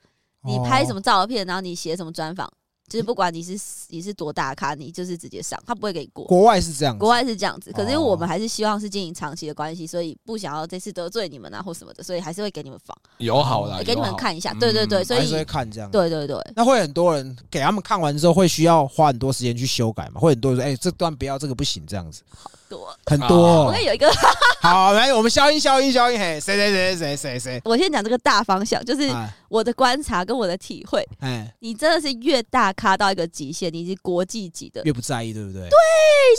S3: 你拍什
S1: 么？
S3: 么照片，然后你写什么专访，就是不管你是你是多大咖，你就是直接上，他不会给你过。
S1: 国外是这样子，
S3: 国外是这样子，可是因为
S1: 哦
S3: 我们还是希望是经营长期的关系，所以不想要这次得罪你们啊或什么的，所以还是会给你们放，
S2: 友好啦，
S3: 给你
S2: 友
S3: 们
S2: 好
S3: 看一下。
S2: 嗯
S3: 对对对，所
S1: 还是会
S3: 以
S1: 看这样。，
S3: 对对对，
S1: 那会很多人给他们看完之后，会需要花很多时间去修改嘛？会很多人说，哎，这段不要，这个不行，这样子
S3: 多。
S1: 很多哦
S3: 我。也有一个，
S1: 好，来，我们消音消音消音，嘿，谁谁谁谁谁
S3: 我先讲这个大方向，就是
S1: 谁，哎
S3: 我的观察跟我的体会。
S1: 哎，
S3: 你真的是越大咖到一个极限，你是国际级的，
S1: 越不在意，对不对？对，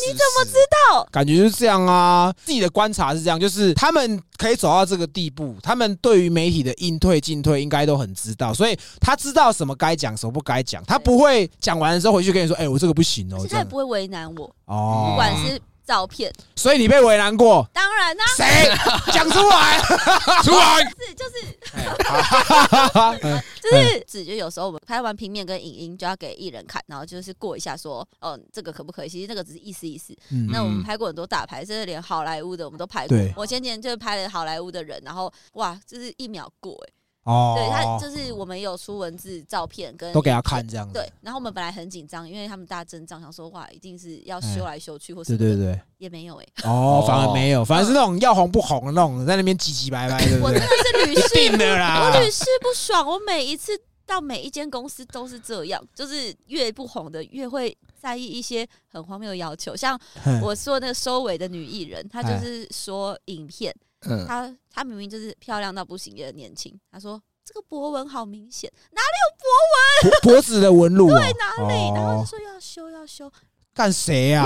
S1: 你怎么知
S3: 道？
S1: 感觉就是这样啊。自己的观察是这样，就是他们可以走到这个地步，他们对于媒体的应退进退应该都很知道，所以他知道什么该讲，什么不该讲，他不会讲完的时候回去跟你说：“哎、我这个不行哦。
S3: 可”
S1: 这
S3: 是他也
S1: 样
S3: 不会为难我，
S1: 哦，
S3: 不管是照片，
S1: 所以你被为难过，
S3: 当然 啦、
S1: 谁讲出来？
S2: 出 来，
S3: 是就是
S1: 哎
S3: 就是，只就有时候我们拍完平面跟影音就要给艺人看，然后就是过一下说，哦，这个可不可以？其实那个只是意思意思。
S1: 嗯
S3: 那我们拍过很多大牌，甚至连好莱坞的我们都拍过
S1: 对。
S3: 我前年就拍了好莱坞的人，然后哇，就是一秒过、欸，
S1: 哦，
S3: 对他就是我们有出文字、照片跟
S1: 都给他看这样子。
S3: 对，然后我们本来很紧张，因为他们大阵仗，想说哇，一定是要修来修去或什
S1: 哎对
S3: 么的，
S1: 对对，
S3: 也没有哎、
S1: 哦
S2: 哦，
S1: 反而没有，反而是那种要红不红的那种，在那边唧唧白白，对不
S3: 我真
S1: 对
S3: 的？是 屡
S1: 一
S3: 试，
S1: 定啊的啦，
S3: 我屡试不爽。我每一次到每一间公司都是这样，就是越不红的越会在意一些很荒谬的要 求。像
S1: 哼
S3: 我说那个收尾的女艺人，她
S1: 哎
S3: 就是说影片，
S2: 嗯，
S3: 她她明明就是漂亮到不行，也很年轻，她说。这个博文好明显，哪
S1: 脖脖子的纹路、哦，对
S3: 哪里？然后就说要修要修，
S1: 干谁啊？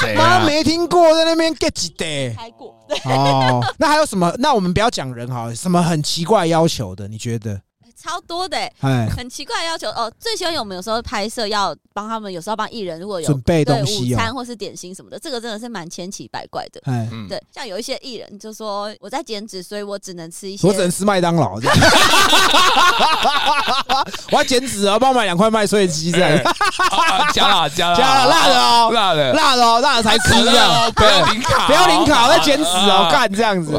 S2: 谁
S1: 妈
S2: 啊？
S1: 没听过，在那边 get 几的
S3: 拍过。
S1: 哦。那还有什么？那我们不要讲人好了，什么很奇怪要求的？你觉得？
S3: 超多的、欸，
S1: 哎，
S3: 很奇怪的要求哦。最喜欢有我们有时候拍摄要帮他们，有时候帮艺人如果有
S1: 准备
S3: 对
S1: 东西
S3: 午
S1: 哦，
S3: 餐或是点心什么的，这个真的是蛮千奇百怪的。
S1: 哎，
S2: 嗯，
S3: 对，像有一些艺人就说我在减脂，所以我只能吃一些
S1: 我 只能吃麦当劳。这 样我要减脂啊，帮我买两块麦脆鸡这样，
S2: 啊加辣加辣
S1: 加了辣的哦
S2: 辣的，
S1: 辣的哦，辣的才吃
S2: 可
S1: 这
S2: 乐
S1: 样，
S2: 哦，不要零卡哦，
S1: 不要领 卡，我在减脂哦
S2: 啊，
S1: 干这样 子。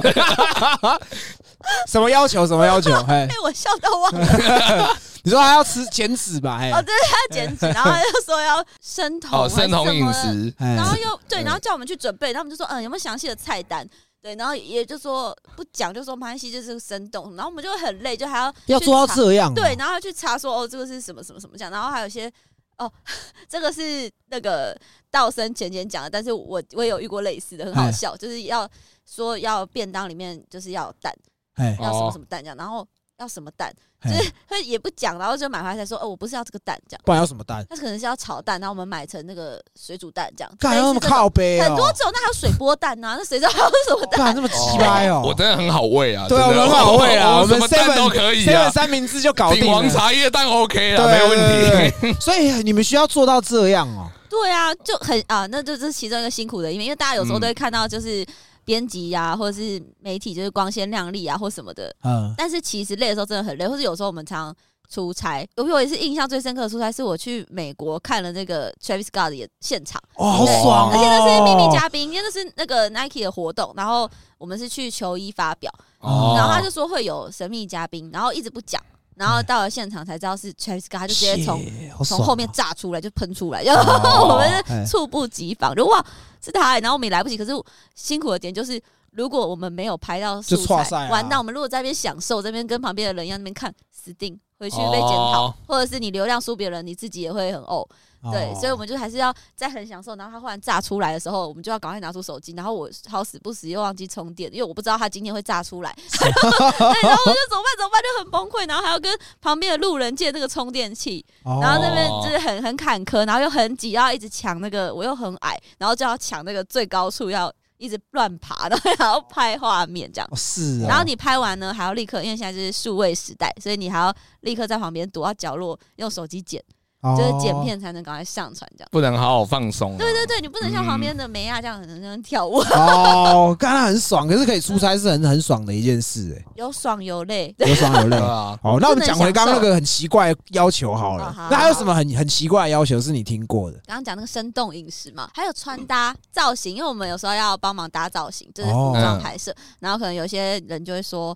S1: 什么要求？什么要求？哎，
S3: 被我笑到忘了，
S1: 你说还要吃减脂吧？哎
S3: 哦，对，他减脂，然后他就说要生酮，啊
S2: 哦，生酮饮。食，
S1: 哎
S3: 然后又对，然后叫我们去准备，然后我们就说，嗯，有没有详细的菜单？对，然后也就说不讲，就说没关系，就是生动。然后我们就很累，就还要
S1: 要
S3: 去
S1: 做到
S3: 查
S1: 这样哦，
S3: 对，然后去查说哦，这个是什么什么什么讲，然后还有一些哦， 这个是那个道生浅浅讲的，但是我我也有遇过类似的，很好
S1: 哎
S3: 笑，就是要说要便当里面就是要有蛋，
S1: 哎，
S3: 要什么
S2: 哦
S3: 什么蛋这样，然后要什么蛋，
S1: 哎
S3: 就是会也不讲，然后就买回来才说哦，我不是要这个蛋这样，
S1: 不然要什么蛋？
S3: 他可能是要炒蛋，然后我们买成那个水煮蛋这样，
S1: 干
S3: 类
S1: 要那
S3: 似
S1: 么
S3: 哎这种
S1: 靠背哦，
S3: 很多种，那还有水波蛋啊呐、那谁知道还有什么蛋？
S1: 干这么鸡掰哦，
S2: 我真的很好喂啊，
S1: 对啊，我
S2: 真的
S1: 们很好喂啊，
S2: 我
S1: 我们
S2: 什么蛋
S1: seven
S2: 都可以
S1: seven
S2: 啊，
S1: 三明治就搞
S2: 鼎
S1: 定
S2: 王
S1: 了。
S2: 茶叶蛋 OK
S1: 对
S2: 啊，没问题。
S1: 对，对对所以你们需要做到这样哦。
S3: 对啊，就很啊，那就这是其中一个辛苦的一面，因为大家有时候
S2: 嗯
S3: 都会看到就是编辑呀，或者是媒体就是光鲜亮丽啊，或什么的。
S1: 嗯，
S3: 但是其实累的时候真的很累，或是有时候我们常出差，我有一次印象最深刻的出差是我去美国看了那个 Travis Scott 的演现场，
S1: 哦，好爽哦！
S3: 而且那是秘密嘉宾，因为那是那个 Nike 的活动，然后我们是去球衣发表，
S1: 哦
S3: 然后他就说会有神秘嘉宾，然后一直不讲，然后到了现场才知道是 Travis Scott，他就直接从
S1: Shit，好爽
S3: 从
S1: 哦
S3: 后面炸出来就喷出来，然 后我们
S1: 哎
S3: 是猝不及防，就哇是他、欸然后我们也来不及。可是辛苦的点就是，如果我们没有拍到素
S1: 就错
S3: 材，
S1: 赛啊
S3: 完蛋，我们如果在那边享受，这边跟旁边的人一样那边看，死定回去被检讨，
S2: 哦
S3: 或者是你流量输别人，你自己也会很呕。
S1: 啊哦
S3: 对，所以我们就还是要在很享受，然后他忽然炸出来的时候，我们就要赶快拿出手机，然后我好死不死又忘记充电，因为我不知道他今天会炸出来， 对，然后我就怎么办怎么办，就很崩溃，然后还要跟旁边的路人借那个充电器，
S1: 哦
S3: 然后那边就是很很坎坷，然后又很挤，然后一直抢那个，我又很矮，然后就要抢那个最高处，要一直乱爬， 然后还要拍画面这样。
S1: 哦是啊，
S3: 然后你拍完呢，还要立刻，因为现在就是数位时代，所以你还要立刻在旁边躲到角落，用手机剪，
S1: 哦
S3: 就是剪片才能赶快上传这样。
S2: 不能好好放松啊。
S3: 对对对，你不能像旁边的梅啊亚这样很像跳舞，
S1: 哦，看他很爽，可是可以出差是很很爽的一件事、欸，
S3: 有爽有泪。
S1: 有爽有
S2: 对
S1: 累。
S2: 啊，
S1: 好，那我们讲回刚刚那个很奇怪的要求好
S3: 哦
S1: 了
S3: 好。
S1: 那还有什么很很奇怪的要求是你听过的？
S3: 刚刚讲那个生动饮食嘛，还有穿搭造型，因为我们有时候要帮忙打造型，就是
S1: 哦
S3: 服装拍摄，然后可能有些人就会说，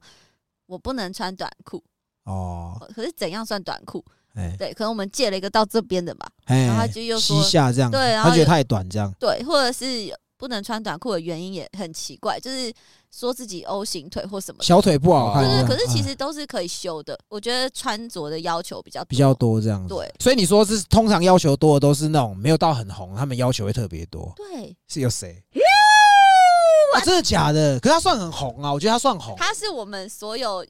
S3: 我不能穿短裤，
S1: 哦，
S3: 可是怎样算短裤？
S1: 哎
S3: 对，可能我们借了一个到这边的嘛，然后他
S1: 哎，
S3: 就又
S1: 膝
S3: 说，
S1: 下这样，
S3: 对然
S1: 他
S3: 后
S1: 觉得
S3: 有
S1: 太短这样。
S3: 对，或者是不能穿短裤的原因也很奇怪，就是说自己 O 型腿或什么的。
S1: 小腿不好看
S3: 对
S1: 这
S3: 对，
S1: 样，
S3: 可是其
S1: 哎
S3: 实都是可以修的。我觉得穿着的要求比较
S1: 比较多这样子。
S3: 对
S1: 所以你说是通常要求多的都是那种没有到很红，他们要求会特别多，
S3: 对，
S1: 是有谁？啊，真的假的？可是他算很红啊，我觉得他算红。
S3: 他是我们所有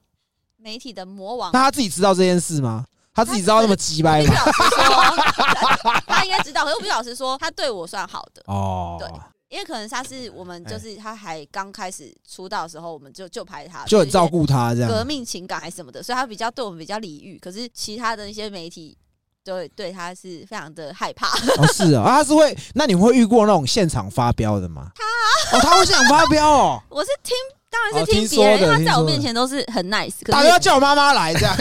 S3: 媒体的魔王
S1: 那。他自己知道这件事吗？他自己知道那么鸡
S3: 我
S1: 掰
S3: 必须
S1: 吗？
S3: 老实说， 他应该知道。可是我必须老实说，他对我算好的，
S1: 哦，
S3: 对因为可能他是我
S1: 哎
S3: 们就是他还刚开始出道的时候，我们就就拍他，
S1: 就很照。顾他这
S3: 革
S1: 样。
S3: 命情感还是什么的，所以他比较对我们比较礼遇。可是其他的一些媒体，对对他是非常的害怕。
S1: 哦，是啊，啊他是会，那你们会遇过那种现场发飙的吗？他哦，他会现场发飙哦，
S3: 我是听，当然
S1: 哦
S3: 是听
S1: 听
S3: 别人，
S1: 说
S3: 因
S1: 的
S3: 为他在
S1: 听说
S3: 我
S1: 的
S3: 面前都是很 nice。可
S1: 大
S3: 是
S1: 哥要叫我妈妈来这样。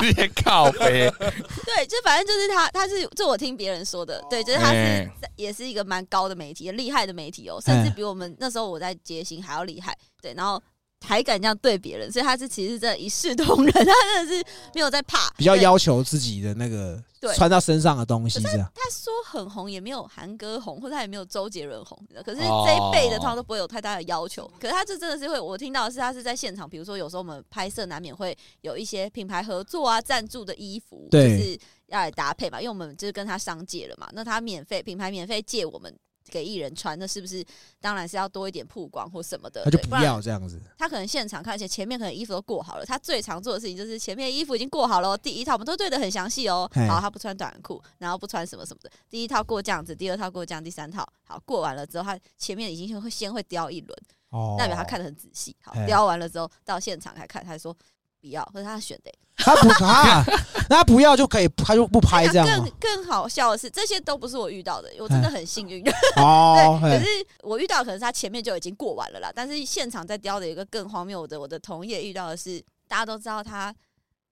S2: 你也靠呗。
S3: 对，就反正就是他，他是这我听别人说的，对，就是他是
S2: 哎
S3: 在也是一个蛮高的媒体，也厉害的媒体哦，甚
S1: 哎
S3: 至比我们那时候我在街心还要厉害，对，然后。还敢这样对别人，所以他是其实这一视同仁，他 真的是没有在怕，
S1: 比较
S3: 对。
S1: 要求自己的那个
S3: 对
S1: 穿到身上的东西这样。
S3: 他说很红，也没有韩歌红，或者他也没有周杰伦红，可是
S2: 哦。
S3: 这一辈的通常都不会有太大的要求。可是他这真的是会，我听到的是他是在现场，比如说有时候我们拍摄难免会有一些品牌合作啊、赞助的衣服，就
S1: 对
S3: 是要来搭配嘛，因为我们就是跟他商借了嘛，那他免费品牌免费借我们。给艺人穿，那是不是当然是要多一点曝光或什么的？
S1: 他就
S3: 对
S1: 不
S3: 然
S1: 要这样子，
S3: 他可能现场看，而且前面可能衣服都过好了。他最常做的事情就是前面衣服已经过好了哦，第一套我们都对的很详细哦。
S1: 嘿
S3: 好，他不穿短裤，然后不穿什么什么的。第一套过这样子，第二套过这样，第三套好过完了之后，他前面已经先会先会雕一轮，
S1: 哦，
S3: 代表他看得很仔细。好
S1: 嘿，
S3: 雕完了之后到现场还看，他说不要，可是他选的欸、
S1: 他不他，那他不要就可以，他就不拍这样
S3: 更
S1: 吗？
S3: 更好笑的是，这些都不是我遇到的，我真的很幸运。
S1: 哦，
S3: 对，
S1: 嘿
S3: 可是我遇到的可能是他前面就已经过完了啦，但是现场在雕的有一个更荒谬的，我的同业遇到的是，大家都知道他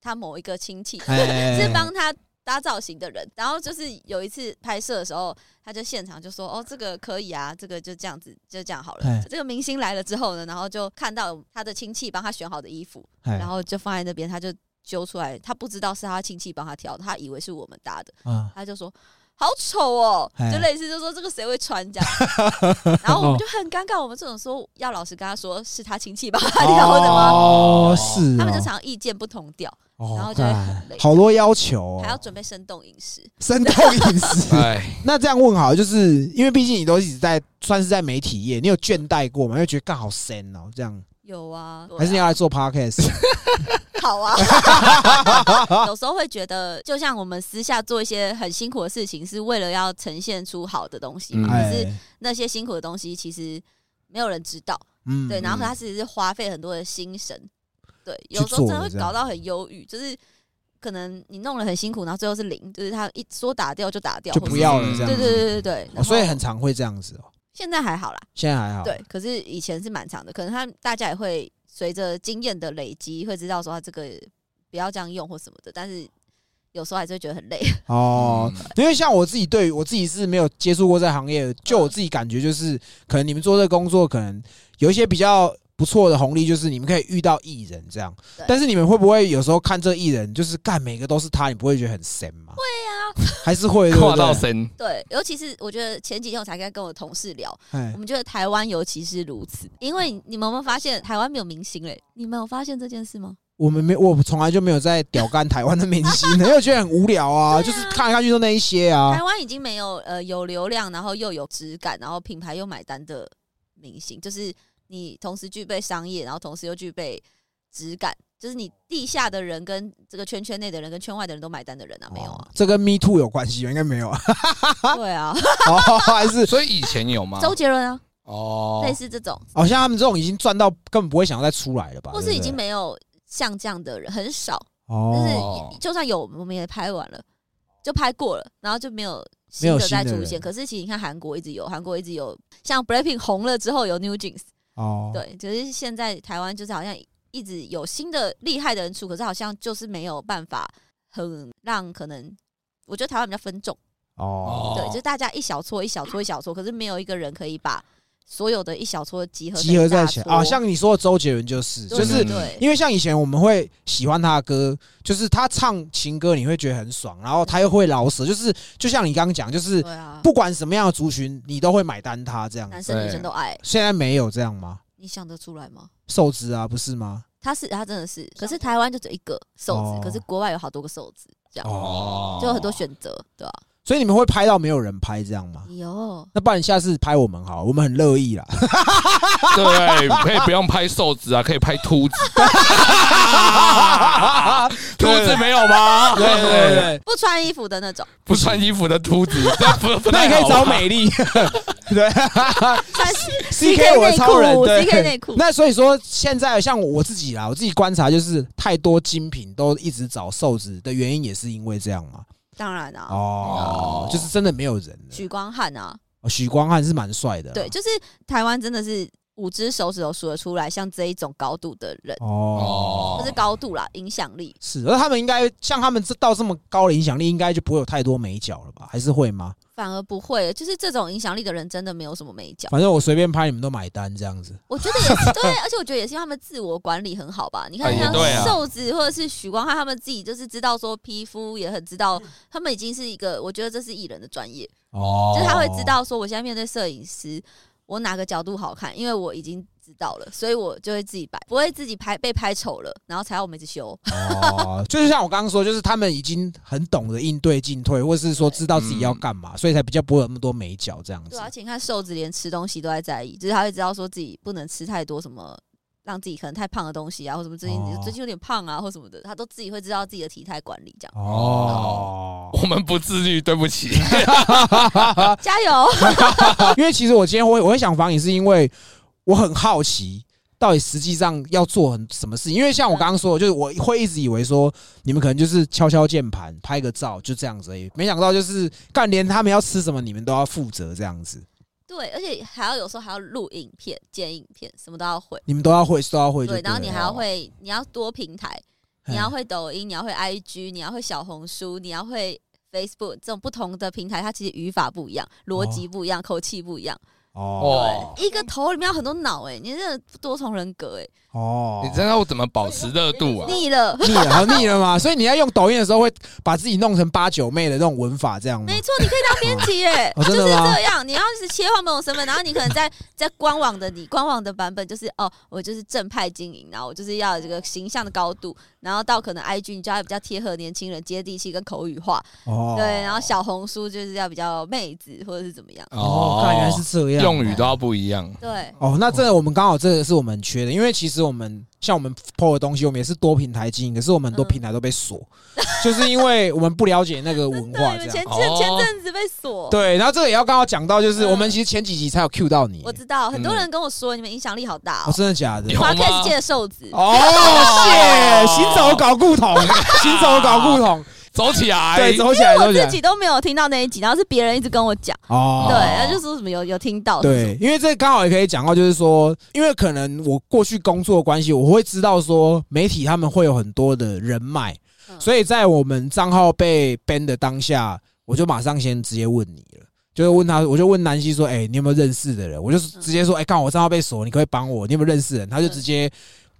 S3: 他某一个亲戚
S1: 哎
S3: 是帮他。搭造型的人，然后就是有一次拍摄的时候，他就现场就说：“哦，这个可以啊，这个就这样子，就这样好
S1: 哎
S3: 了。”这个明星来了之后呢，然后就看到他的亲戚帮他选好的衣服，
S1: 然
S3: 然后就放在那边，他就揪出来，他不知道是他亲戚帮他挑的，他以为是我们搭的。
S1: 啊，
S3: 他就说好丑哦，
S1: 哎
S3: 就类似就说这个谁会穿这样， 然后我们就很尴尬，我们这种说要老实跟他说是他亲戚帮他 挑的吗？
S1: 哦，是哦，
S3: 他们就常意见不同调，
S1: 哦，
S3: 然后就会很累
S1: 干好多要求哦，
S3: 还要准备生动饮食，
S1: 生 动饮食
S2: 哎，
S1: 那这样问好了，就是因为毕竟你都一直在算是在媒体业，你有倦怠过吗？因为觉得干好深哦，这样
S3: 有啊，对啊
S1: 还是你要来做 podcast？
S3: 好啊。 有时候会觉得，就像我们私下做一些很辛苦的事情，是为了要呈现出好的东西嘛，
S2: 嗯
S3: 可是
S1: 哎，
S3: 那些辛苦的东西其实没有人知道。
S1: 嗯
S3: 对，然后
S2: 嗯
S3: 他其实是花费很多的心神，对，
S1: 去
S3: 有时候
S1: 做
S3: 真的
S1: 了
S3: 会
S1: 这
S3: 搞
S1: 样
S3: 到很忧郁，就是可能你弄了很辛苦，然后最后是零，就是他一说打掉就打掉，
S1: 就
S3: 或
S1: 不
S3: 是
S1: 要了这样
S3: 对对
S1: 子。
S3: 对对对，
S1: 哦，所以
S3: 然后
S1: 很常会这样子哦，
S3: 现在还好啦，
S1: 现在还好。
S3: 对，可是以前是蛮长的，可能他大家也会随着经验的累积，会知道说他这个不要这样用或什么的，但是有时候还是会觉得很累，
S1: 哦，
S2: 嗯
S1: 因为像我自己对于我自己是没有接触过这行业的，就
S3: 嗯
S1: 我自己感觉就是，可能你们做这个工作，可能有一些比较不错的红利，就是你们可以遇到艺人这样
S3: 对。
S1: 但是你们会不会有时候看这艺人，就是干每个都是他，你不会觉得很神吗？会啊， 还是会对不
S2: 跨到
S1: 对？
S2: 身，
S3: 对，尤其是我觉得前几天我才跟跟我同事聊，
S1: 哎
S3: 我，们觉得台湾尤其是如此，因为你们有没有发现台湾没有明星嘞？你们有发现这件事吗？
S1: 我们没，我从来就没有在屌干台湾的明星， 因为我觉得很无聊啊，就是看来看去都那一些啊
S3: 台。湾已经没有呃有流量，然后又有质感，然后品牌又买单的明星，就是你同时具备商业，然后同时又具备质感，就是你地下的人跟这个圈圈内的人跟圈外的人都买单的人啊，没有
S1: 哦，这跟 Me Too 有关系吗？应该没有啊，
S3: 啊？对啊，
S1: 哦，还是
S2: 所以以前有吗？
S3: 周杰伦啊，
S2: 哦
S3: 类似这种，
S1: 好像他们这种已经赚到根本不会想要再出来了吧？
S3: 或
S1: 哦对
S3: 是
S1: 不
S3: 已
S1: 对
S3: 经没有像这样的人很少，
S1: 哦，
S2: 哦
S3: 就是就算有，我们也拍完了，就拍过了，然后就没有
S1: 没
S3: 新
S1: 有
S3: 的再
S1: 新的
S3: 出现。
S1: 人
S3: 可是其实你看韩国一直有，韩国一直有，像 Blackpink 红了之后有 New Jeans，
S1: 哦，
S3: 对，就是现在台湾就是好像一直有新的厉害的人出，可是好像就是没有办法很让可能。我觉得台湾比较分众，
S1: 哦，
S3: 对，就是大家一小撮一小撮一小撮，可是没有一个人可以把所有的一小撮集合成
S1: 集合在
S3: 一
S1: 一
S3: 大
S1: 起
S3: 撮
S1: 啊，像你说的周杰伦就是，
S3: 对
S1: 就是
S3: 对对
S1: 因为像以前我们会喜欢他的歌，就是他唱情歌你会觉得很爽，然后他又会饶舌，就是就像你刚刚讲，就是
S3: 对啊，
S1: 不管什么样的族群，你都会买单他这样。
S3: 男生女生都爱，
S1: 现在没有这样吗？
S3: 你想得出来吗？
S1: 瘦子啊，不是吗？
S3: 他是他真的是，可是台湾就只有一个瘦
S1: 哦
S3: 子，可是国外有好多个瘦子，这样
S1: 哦，
S3: 就有很多选择，对吧？
S1: 所以你们会拍到没有人拍这样吗？
S3: 有，
S1: 那不然你下次拍我们好了，我们很乐意啦。
S2: 对，可以不用拍瘦子啊，可以拍 秃子。秃子没有吗？
S1: 对对对，
S3: 不穿衣服的那种，
S2: 不穿衣服的秃子，那不不
S1: 那
S2: 太
S1: 你可以
S2: 好
S1: 找
S2: 吧
S1: 美丽，对
S3: 穿
S1: ，CK 我的超人，对
S3: CK 内裤
S1: 那所以说，现在像我自己啦，啊我自己观察就是，太多精品都一直找瘦子的原因，也是因为这样嘛。
S3: 当然啊，
S1: 哦
S2: 哦，
S1: 就是真的没有人了。
S3: 许光汉啊，
S1: 哦许光汉是蛮帅
S2: 啊
S1: 的啦，啊
S3: 对，就是台湾真的是五只手指头数得出来，像这一种高度的人，
S1: 哦，
S3: 不是高度啦，影响力。
S1: 是，而他们应该像他们这到这么高的影响力，应该就不会有太多美角了吧？还是会吗？
S3: 反而不会，就是这种影响力的人真的没有什么美
S2: 哦
S3: 角，
S1: 反正我随便拍，你们都买单这样子。
S3: 我觉得也是 对，而且我觉得也是因为他们自我管理很好吧。你看
S2: 哎也
S3: 像
S2: 对啊
S3: 瘦子或者是许光汉，他们自己就是知道说皮肤也很知道，他们已经是一个，我觉得这是艺人的专业，
S1: 哦
S3: 就是他会知道说我现在面对摄影师，我哪个角度好看，因为我已经知道了，所以我就会自己摆，不会自己拍被拍丑了，然后才要我们一直修。
S1: 哦，就是像我刚刚说，就是他们已经很懂得应对进退，或是说知道自己要干嘛，所以才比较不会有那么多美角这样子
S3: 对啊，。而且你看瘦子连吃东西都在在意，就是他会知道说自己不能吃太多什么。让自己可能太胖的东西啊，或什么最近、
S1: 哦
S3: 最近有点胖啊，或什么的，他都自己会知道自己的体态管理这样。
S1: 哦，
S2: 我们不自律，对不起。
S3: 加油！
S1: 因为其实我今天会我会想访你，是因为我很好奇。到底实际上要做很什么事情？因为像我刚刚说的，就是我会一直以为说你们可能就是敲敲键盘、拍个照就这样子而已，没想到就是干连他们要吃什么，你们都要负责这样子，
S3: 对，而且还要有时候还要录影片、剪影片，什么都要会。
S1: 你们都要会，都要会就
S3: 对，然后
S1: 了哦
S3: 你还要会，你要多平台，
S1: 嗯
S3: 你要会抖音，你要会 IG，你要会小红书，你要会 Facebook 这种不同的平台，它其实语法不一样，逻辑不一样，口气不一样。
S1: 哦
S2: 哦，
S3: 一个头里面有很多脑，哎，你这多重人格，哎，
S1: 哦，
S2: 你知道我怎么保持热度啊？
S3: 腻了。
S1: 腻了，好腻了嘛。所以你在用抖音的时候，会把自己弄成八九妹的那种文法，这样吗，
S3: 没？错，你可以当编辑耶
S1: 哦
S3: 就
S1: 真
S3: 是
S1: 的吗
S3: 这样。你要是切换某种身份，然后你可能在在官网的你官网的版本就是哦，我就是正派经营，然后我就是要有这个形象的高度，然后到可能 IG 你就要比较贴合年轻人、接地气跟口语化，
S1: 哦
S3: 对，然后小红书就是要比较妹子或者是怎么样，
S1: 哦，看原来是这样。
S2: 用语都要不一样。
S3: 对，
S1: 哦，那这个我们刚好这个是我们很缺的，因为其实我们像我们 PO 的东西，我们也是多平台经营，可是我们很多
S3: 嗯
S1: 平台都被锁，就是因为我们不了解那个文化
S3: 对，
S1: 这样
S3: 你们前。
S2: 哦
S3: 前前阵子被锁。
S1: 对，然后这个也要刚好讲到，就是
S3: 嗯
S1: 我们其实前几集才有 Q 到你
S3: 我，知道很多人跟我说你们影响力好大
S1: 哦，
S3: 哦
S1: 真的假的
S2: 有？
S3: 花
S2: 吗
S3: o d c 界的瘦子，
S1: 哦，谢，行走搞固桶，行走搞固桶，
S2: 走起来，
S1: 对，走起来，走
S3: 我
S1: 起
S3: 自
S1: 来，
S3: 己都没有听到那一集，然后是别人一直跟我讲，
S1: 哦
S3: 对，然后就说什么有有听到，
S1: 对，因为这刚好也可以讲到，就是说，因为可能我过去工作的关系，我会知道说媒体他们会有很多的人脉，
S3: 嗯
S1: 所以在我们账号被 ban 的当下，我就马上先直接问你了。就是问他，我就问南希说：“哎、你有没有认识的人？”我就是直接说：“哎、看我账号被锁，你可不可以帮我，你有没有认识人？”他就直接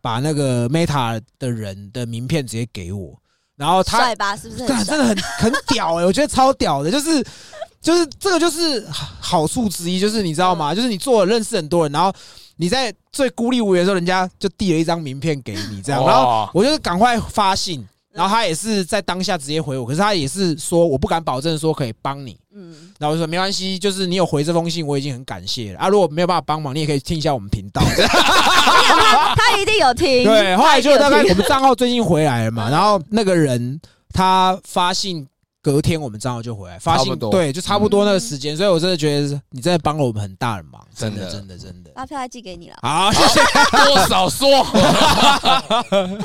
S1: 把那个 Meta 的人的名片直接给我，然后他
S3: 帅吧？是不是啊
S1: 干
S3: 很帅？
S1: 真的很很 屌哎、我觉得超屌的，就是就是这个就是好处之一，就是你知道吗？就是你做了认识很多人，然后你在最孤立无援的时候，人家就递了一张名片给你，这样，然后
S2: 哇
S1: 我就是赶快发信。然后他也是在当下直接回我，可是他也是说我不敢保证说可以帮你，
S3: 嗯，
S1: 然后我就说没关系，就是你有回这封信，我已经很感谢了啊。如果没有办法帮忙，你也可以听一下我们频道。
S3: 他他一定有听，
S1: 对，后
S3: 他
S1: 来
S3: 一
S1: 就
S3: 定有
S1: 大概
S3: 听
S1: 我们账号最近回来了嘛，然后那个人他发信。隔天我们账号就回来，发
S2: 差
S1: 信
S2: 不多
S1: 对，就差不多那个时间，所以我真的觉得你真的帮了我们很大的忙，真
S2: 真
S1: 的
S2: 的
S1: 真的真的。
S3: 发票还寄给你了。
S1: 好，谢谢。
S2: 多少说，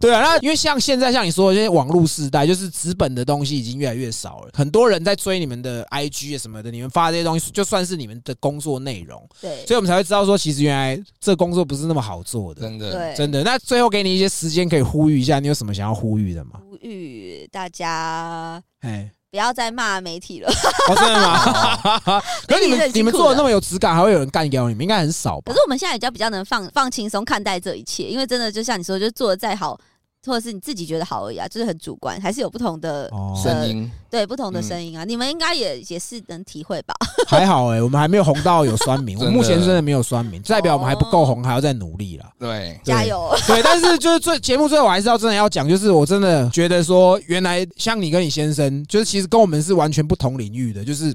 S1: 对啊，那因为像现在像你说的，现在网络时代，就是纸本的东西已经越来越少了，很多人在追你们的 IG 啊什么的，你们发这些东西就算是你们的工作内容，
S3: 对
S1: 所以我们才会知道说，其实原来这工作不是那么好做的，
S2: 真的，
S3: 对，
S1: 真的。那最后给你一些时间可以呼吁一下，你有什么想要呼吁的吗？
S3: 呼吁大家
S1: 哎，
S3: 不要再骂媒体了。
S1: 哦，真的 吗？可是你
S3: 媒体
S1: 们
S3: 很辛苦的
S1: 你们做的那么有质感，还会有人干掉你们，应该很少吧
S3: 可？是我们现在比较比较能放放轻松看待这一切，因为真的就像你说，就做的再好，或者是你自己觉得好而已啊，就是很主观，还是有不同的、
S1: 哦
S2: 声音
S3: 对不同的
S2: 嗯
S3: 声音啊。你们应该也也是能体会 吧？
S1: 还好哎、我们还没有红到有酸民，我
S2: 真的
S1: 目前真的没有酸民，代表我们还不够红，还要再努力啦。
S2: 对，
S1: 对
S3: 加油！哦
S1: 对，但是就是最节目最后，我还是要真的要讲，就是我真的觉得说，原来像你跟你先生，就是其实跟我们是完全不同领域的，就是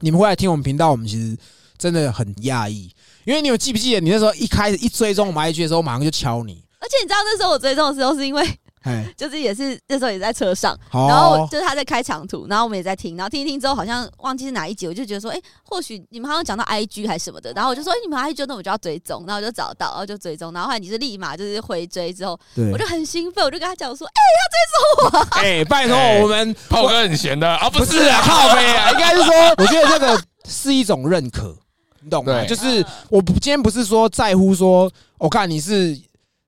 S1: 你们会来听我们频道，我们其实真的很讶异，因为你有记不记得你那时候一开始一追踪我们 IG 的时候，马上就敲你，
S3: 而且你知道那时候我追踪的时候，是因为
S1: 哎，
S3: 就是也是那时候也在车上，
S1: 好哦
S3: 然后就是他在开长途，然后我们也在听，然后听一听之后，好像忘记是哪一集，我就觉得说，哎、或许你们好像讲到 IG 还是什么
S1: 嗯
S3: 的，然后我就说，哎、你们 IG 那我就要追踪，然后我就找到，然后就追踪，然后后来你是立马就是回追之后，
S1: 对
S3: 我就 很兴奋，我就跟他讲说，
S1: 哎，拜托
S2: 哎
S1: 我们
S2: 炮哥很闲的啊，不
S1: 不
S2: 是
S1: 是啊，
S2: 啊，
S1: 靠背啊，应该是说，我觉得这个是一种认可，你懂吗？
S2: 对
S1: 就是我不今天不是说在乎说，我看你是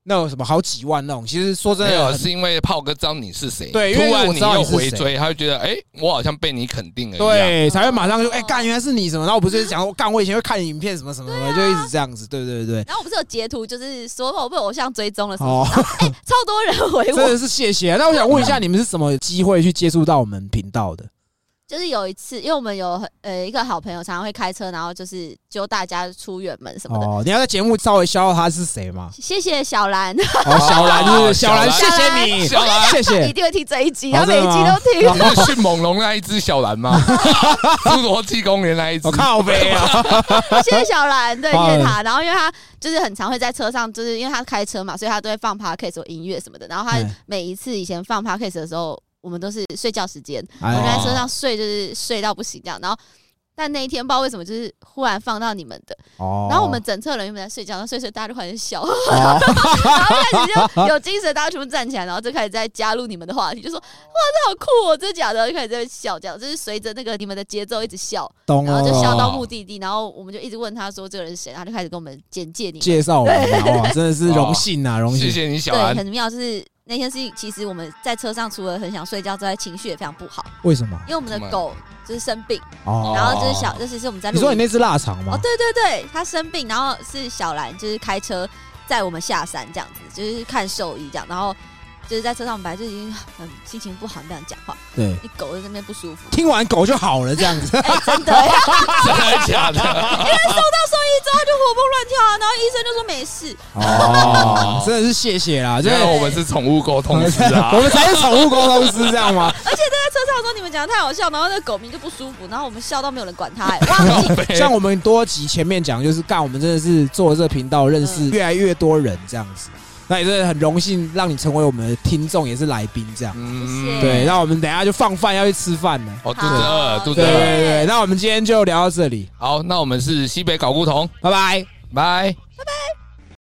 S1: 那种什么好几万那种，其实说真
S2: 没
S1: 的
S2: 有，
S1: 很
S2: 是因为炮哥知道你是谁，
S1: 啊对因
S2: 突
S1: 为
S2: 然
S1: 我
S2: 你
S1: 知道
S2: 又
S1: 你是
S2: 回
S1: 谁
S2: 追，他就觉得，哎，我好像被你肯定了一样，
S1: 对，才会
S3: 哦
S1: 马上就哎干、原来是你什么？然后我不是讲我干，我以前会看你影片什么什么什么，就一直这样子，对对对。
S3: 然后我不是有截图，就是说我被偶像追踪了什么，
S1: 哦，
S3: 超多人回
S1: 真
S3: 我。
S1: 的是谢谢、啊。那我想问一下，你们是什么机会去接触到我们频道的？
S3: 就是有一次，因为我们有很呃一个好朋友常常会开车，然后就是揪大家出远门什么的。
S1: 哦，你要在节目稍微消耗他是谁吗？
S3: 谢谢小兰，
S1: 哦，小兰是不是
S2: 哦
S1: 小兰，
S2: 小
S1: 谢
S3: 兰
S1: 谢你，
S2: 小兰
S1: 谢
S3: 她
S1: 谢
S3: 一。定会听这一集，
S1: 哦
S3: 她每一集
S1: 真的吗
S3: 都听。
S2: 你是迅猛龙那一只小 蓝吗？侏罗纪公园那一只
S1: 我，靠背啊！
S3: 谢谢小 兰，对，
S1: 哇
S3: 谢谢她。然后因为她就是很常会在车上，就是因为她开车嘛，所以她都会放 podcast 或音乐什么的。然后她
S1: 嗯
S3: 每一次以前放 podcast 的时候，我们都是睡觉时间，
S1: 哎
S3: 我们
S2: 原来
S3: 在
S2: 是
S3: 车上睡就是睡到不行这样。然后但那一天不知道为什么，就是忽然放到你们的，
S1: 哦
S3: 然后我们整车人原本在睡觉，然后睡睡大家就开始笑，
S1: 哦
S3: 然后开始就有精神，大家全部站起来，然后就开始在加入你们的话题，就说哇这好酷哦，真的假的？就开始在那边笑，这样就是随着那个你们的节奏一直笑。
S1: 懂
S3: 然后
S1: 了，
S3: 就笑到目的地，然后我们就一直问他说这个人是谁，他就开始跟我们简介你们。
S1: 介绍我们哇，真的是荣幸
S3: 哦
S1: 啊，荣
S2: 谢
S1: 幸。
S2: 谢你小
S3: 对，
S2: 兰，
S3: 很妙，就是那件事情，其实我们在车上除了很想睡觉之外，情绪也非常不好，
S1: 为什么？
S3: 因为我们的狗就是生病，
S1: 嗯哦，
S3: 然后就是小，尤其是我们在
S1: 你
S3: 录
S1: 说你
S3: 音。
S1: 那只腊肠
S3: 哦
S1: 吗，？
S3: 对对对，他生病，然后是小兰就是开车载我们下山这样子，就是看兽医这样，然后就是在车上我们本来就已经很心情不好，不想讲话，
S1: 对，
S3: 你狗在那边不舒 服，
S1: 听完狗就好了，这样子。
S3: 哎，真的。
S2: 真的假的？
S3: 因为收到兽医之后，它就活蹦乱跳啊，然后医生就说没事，
S1: 哦， 真的是谢谢啦，真
S2: 原来
S1: 的。
S2: 我们是宠物沟通师啊
S1: 我！们才是宠物沟通师，这样 吗？
S3: 而且在车上说你们讲的太好笑，然后那个狗鸣就不舒服，然后我们笑到没有人管它、哎，忘记
S1: 像我们多集前面讲，就是干，我们真的是做这个频道，认
S3: 嗯
S1: 识越来越多人，这样子。那也真的很荣幸，让你成为我们的听众，也是来宾，这样。
S3: 谢谢
S1: 对，那我们等一下就放饭要去吃饭了。
S2: 嗯哦，肚子饿，
S3: 好
S2: 肚子
S1: 对对
S2: 饿。
S1: 对，那我们今天就聊到这里，
S2: 好，那我们是西北搞固同，
S1: 拜拜。
S2: 拜。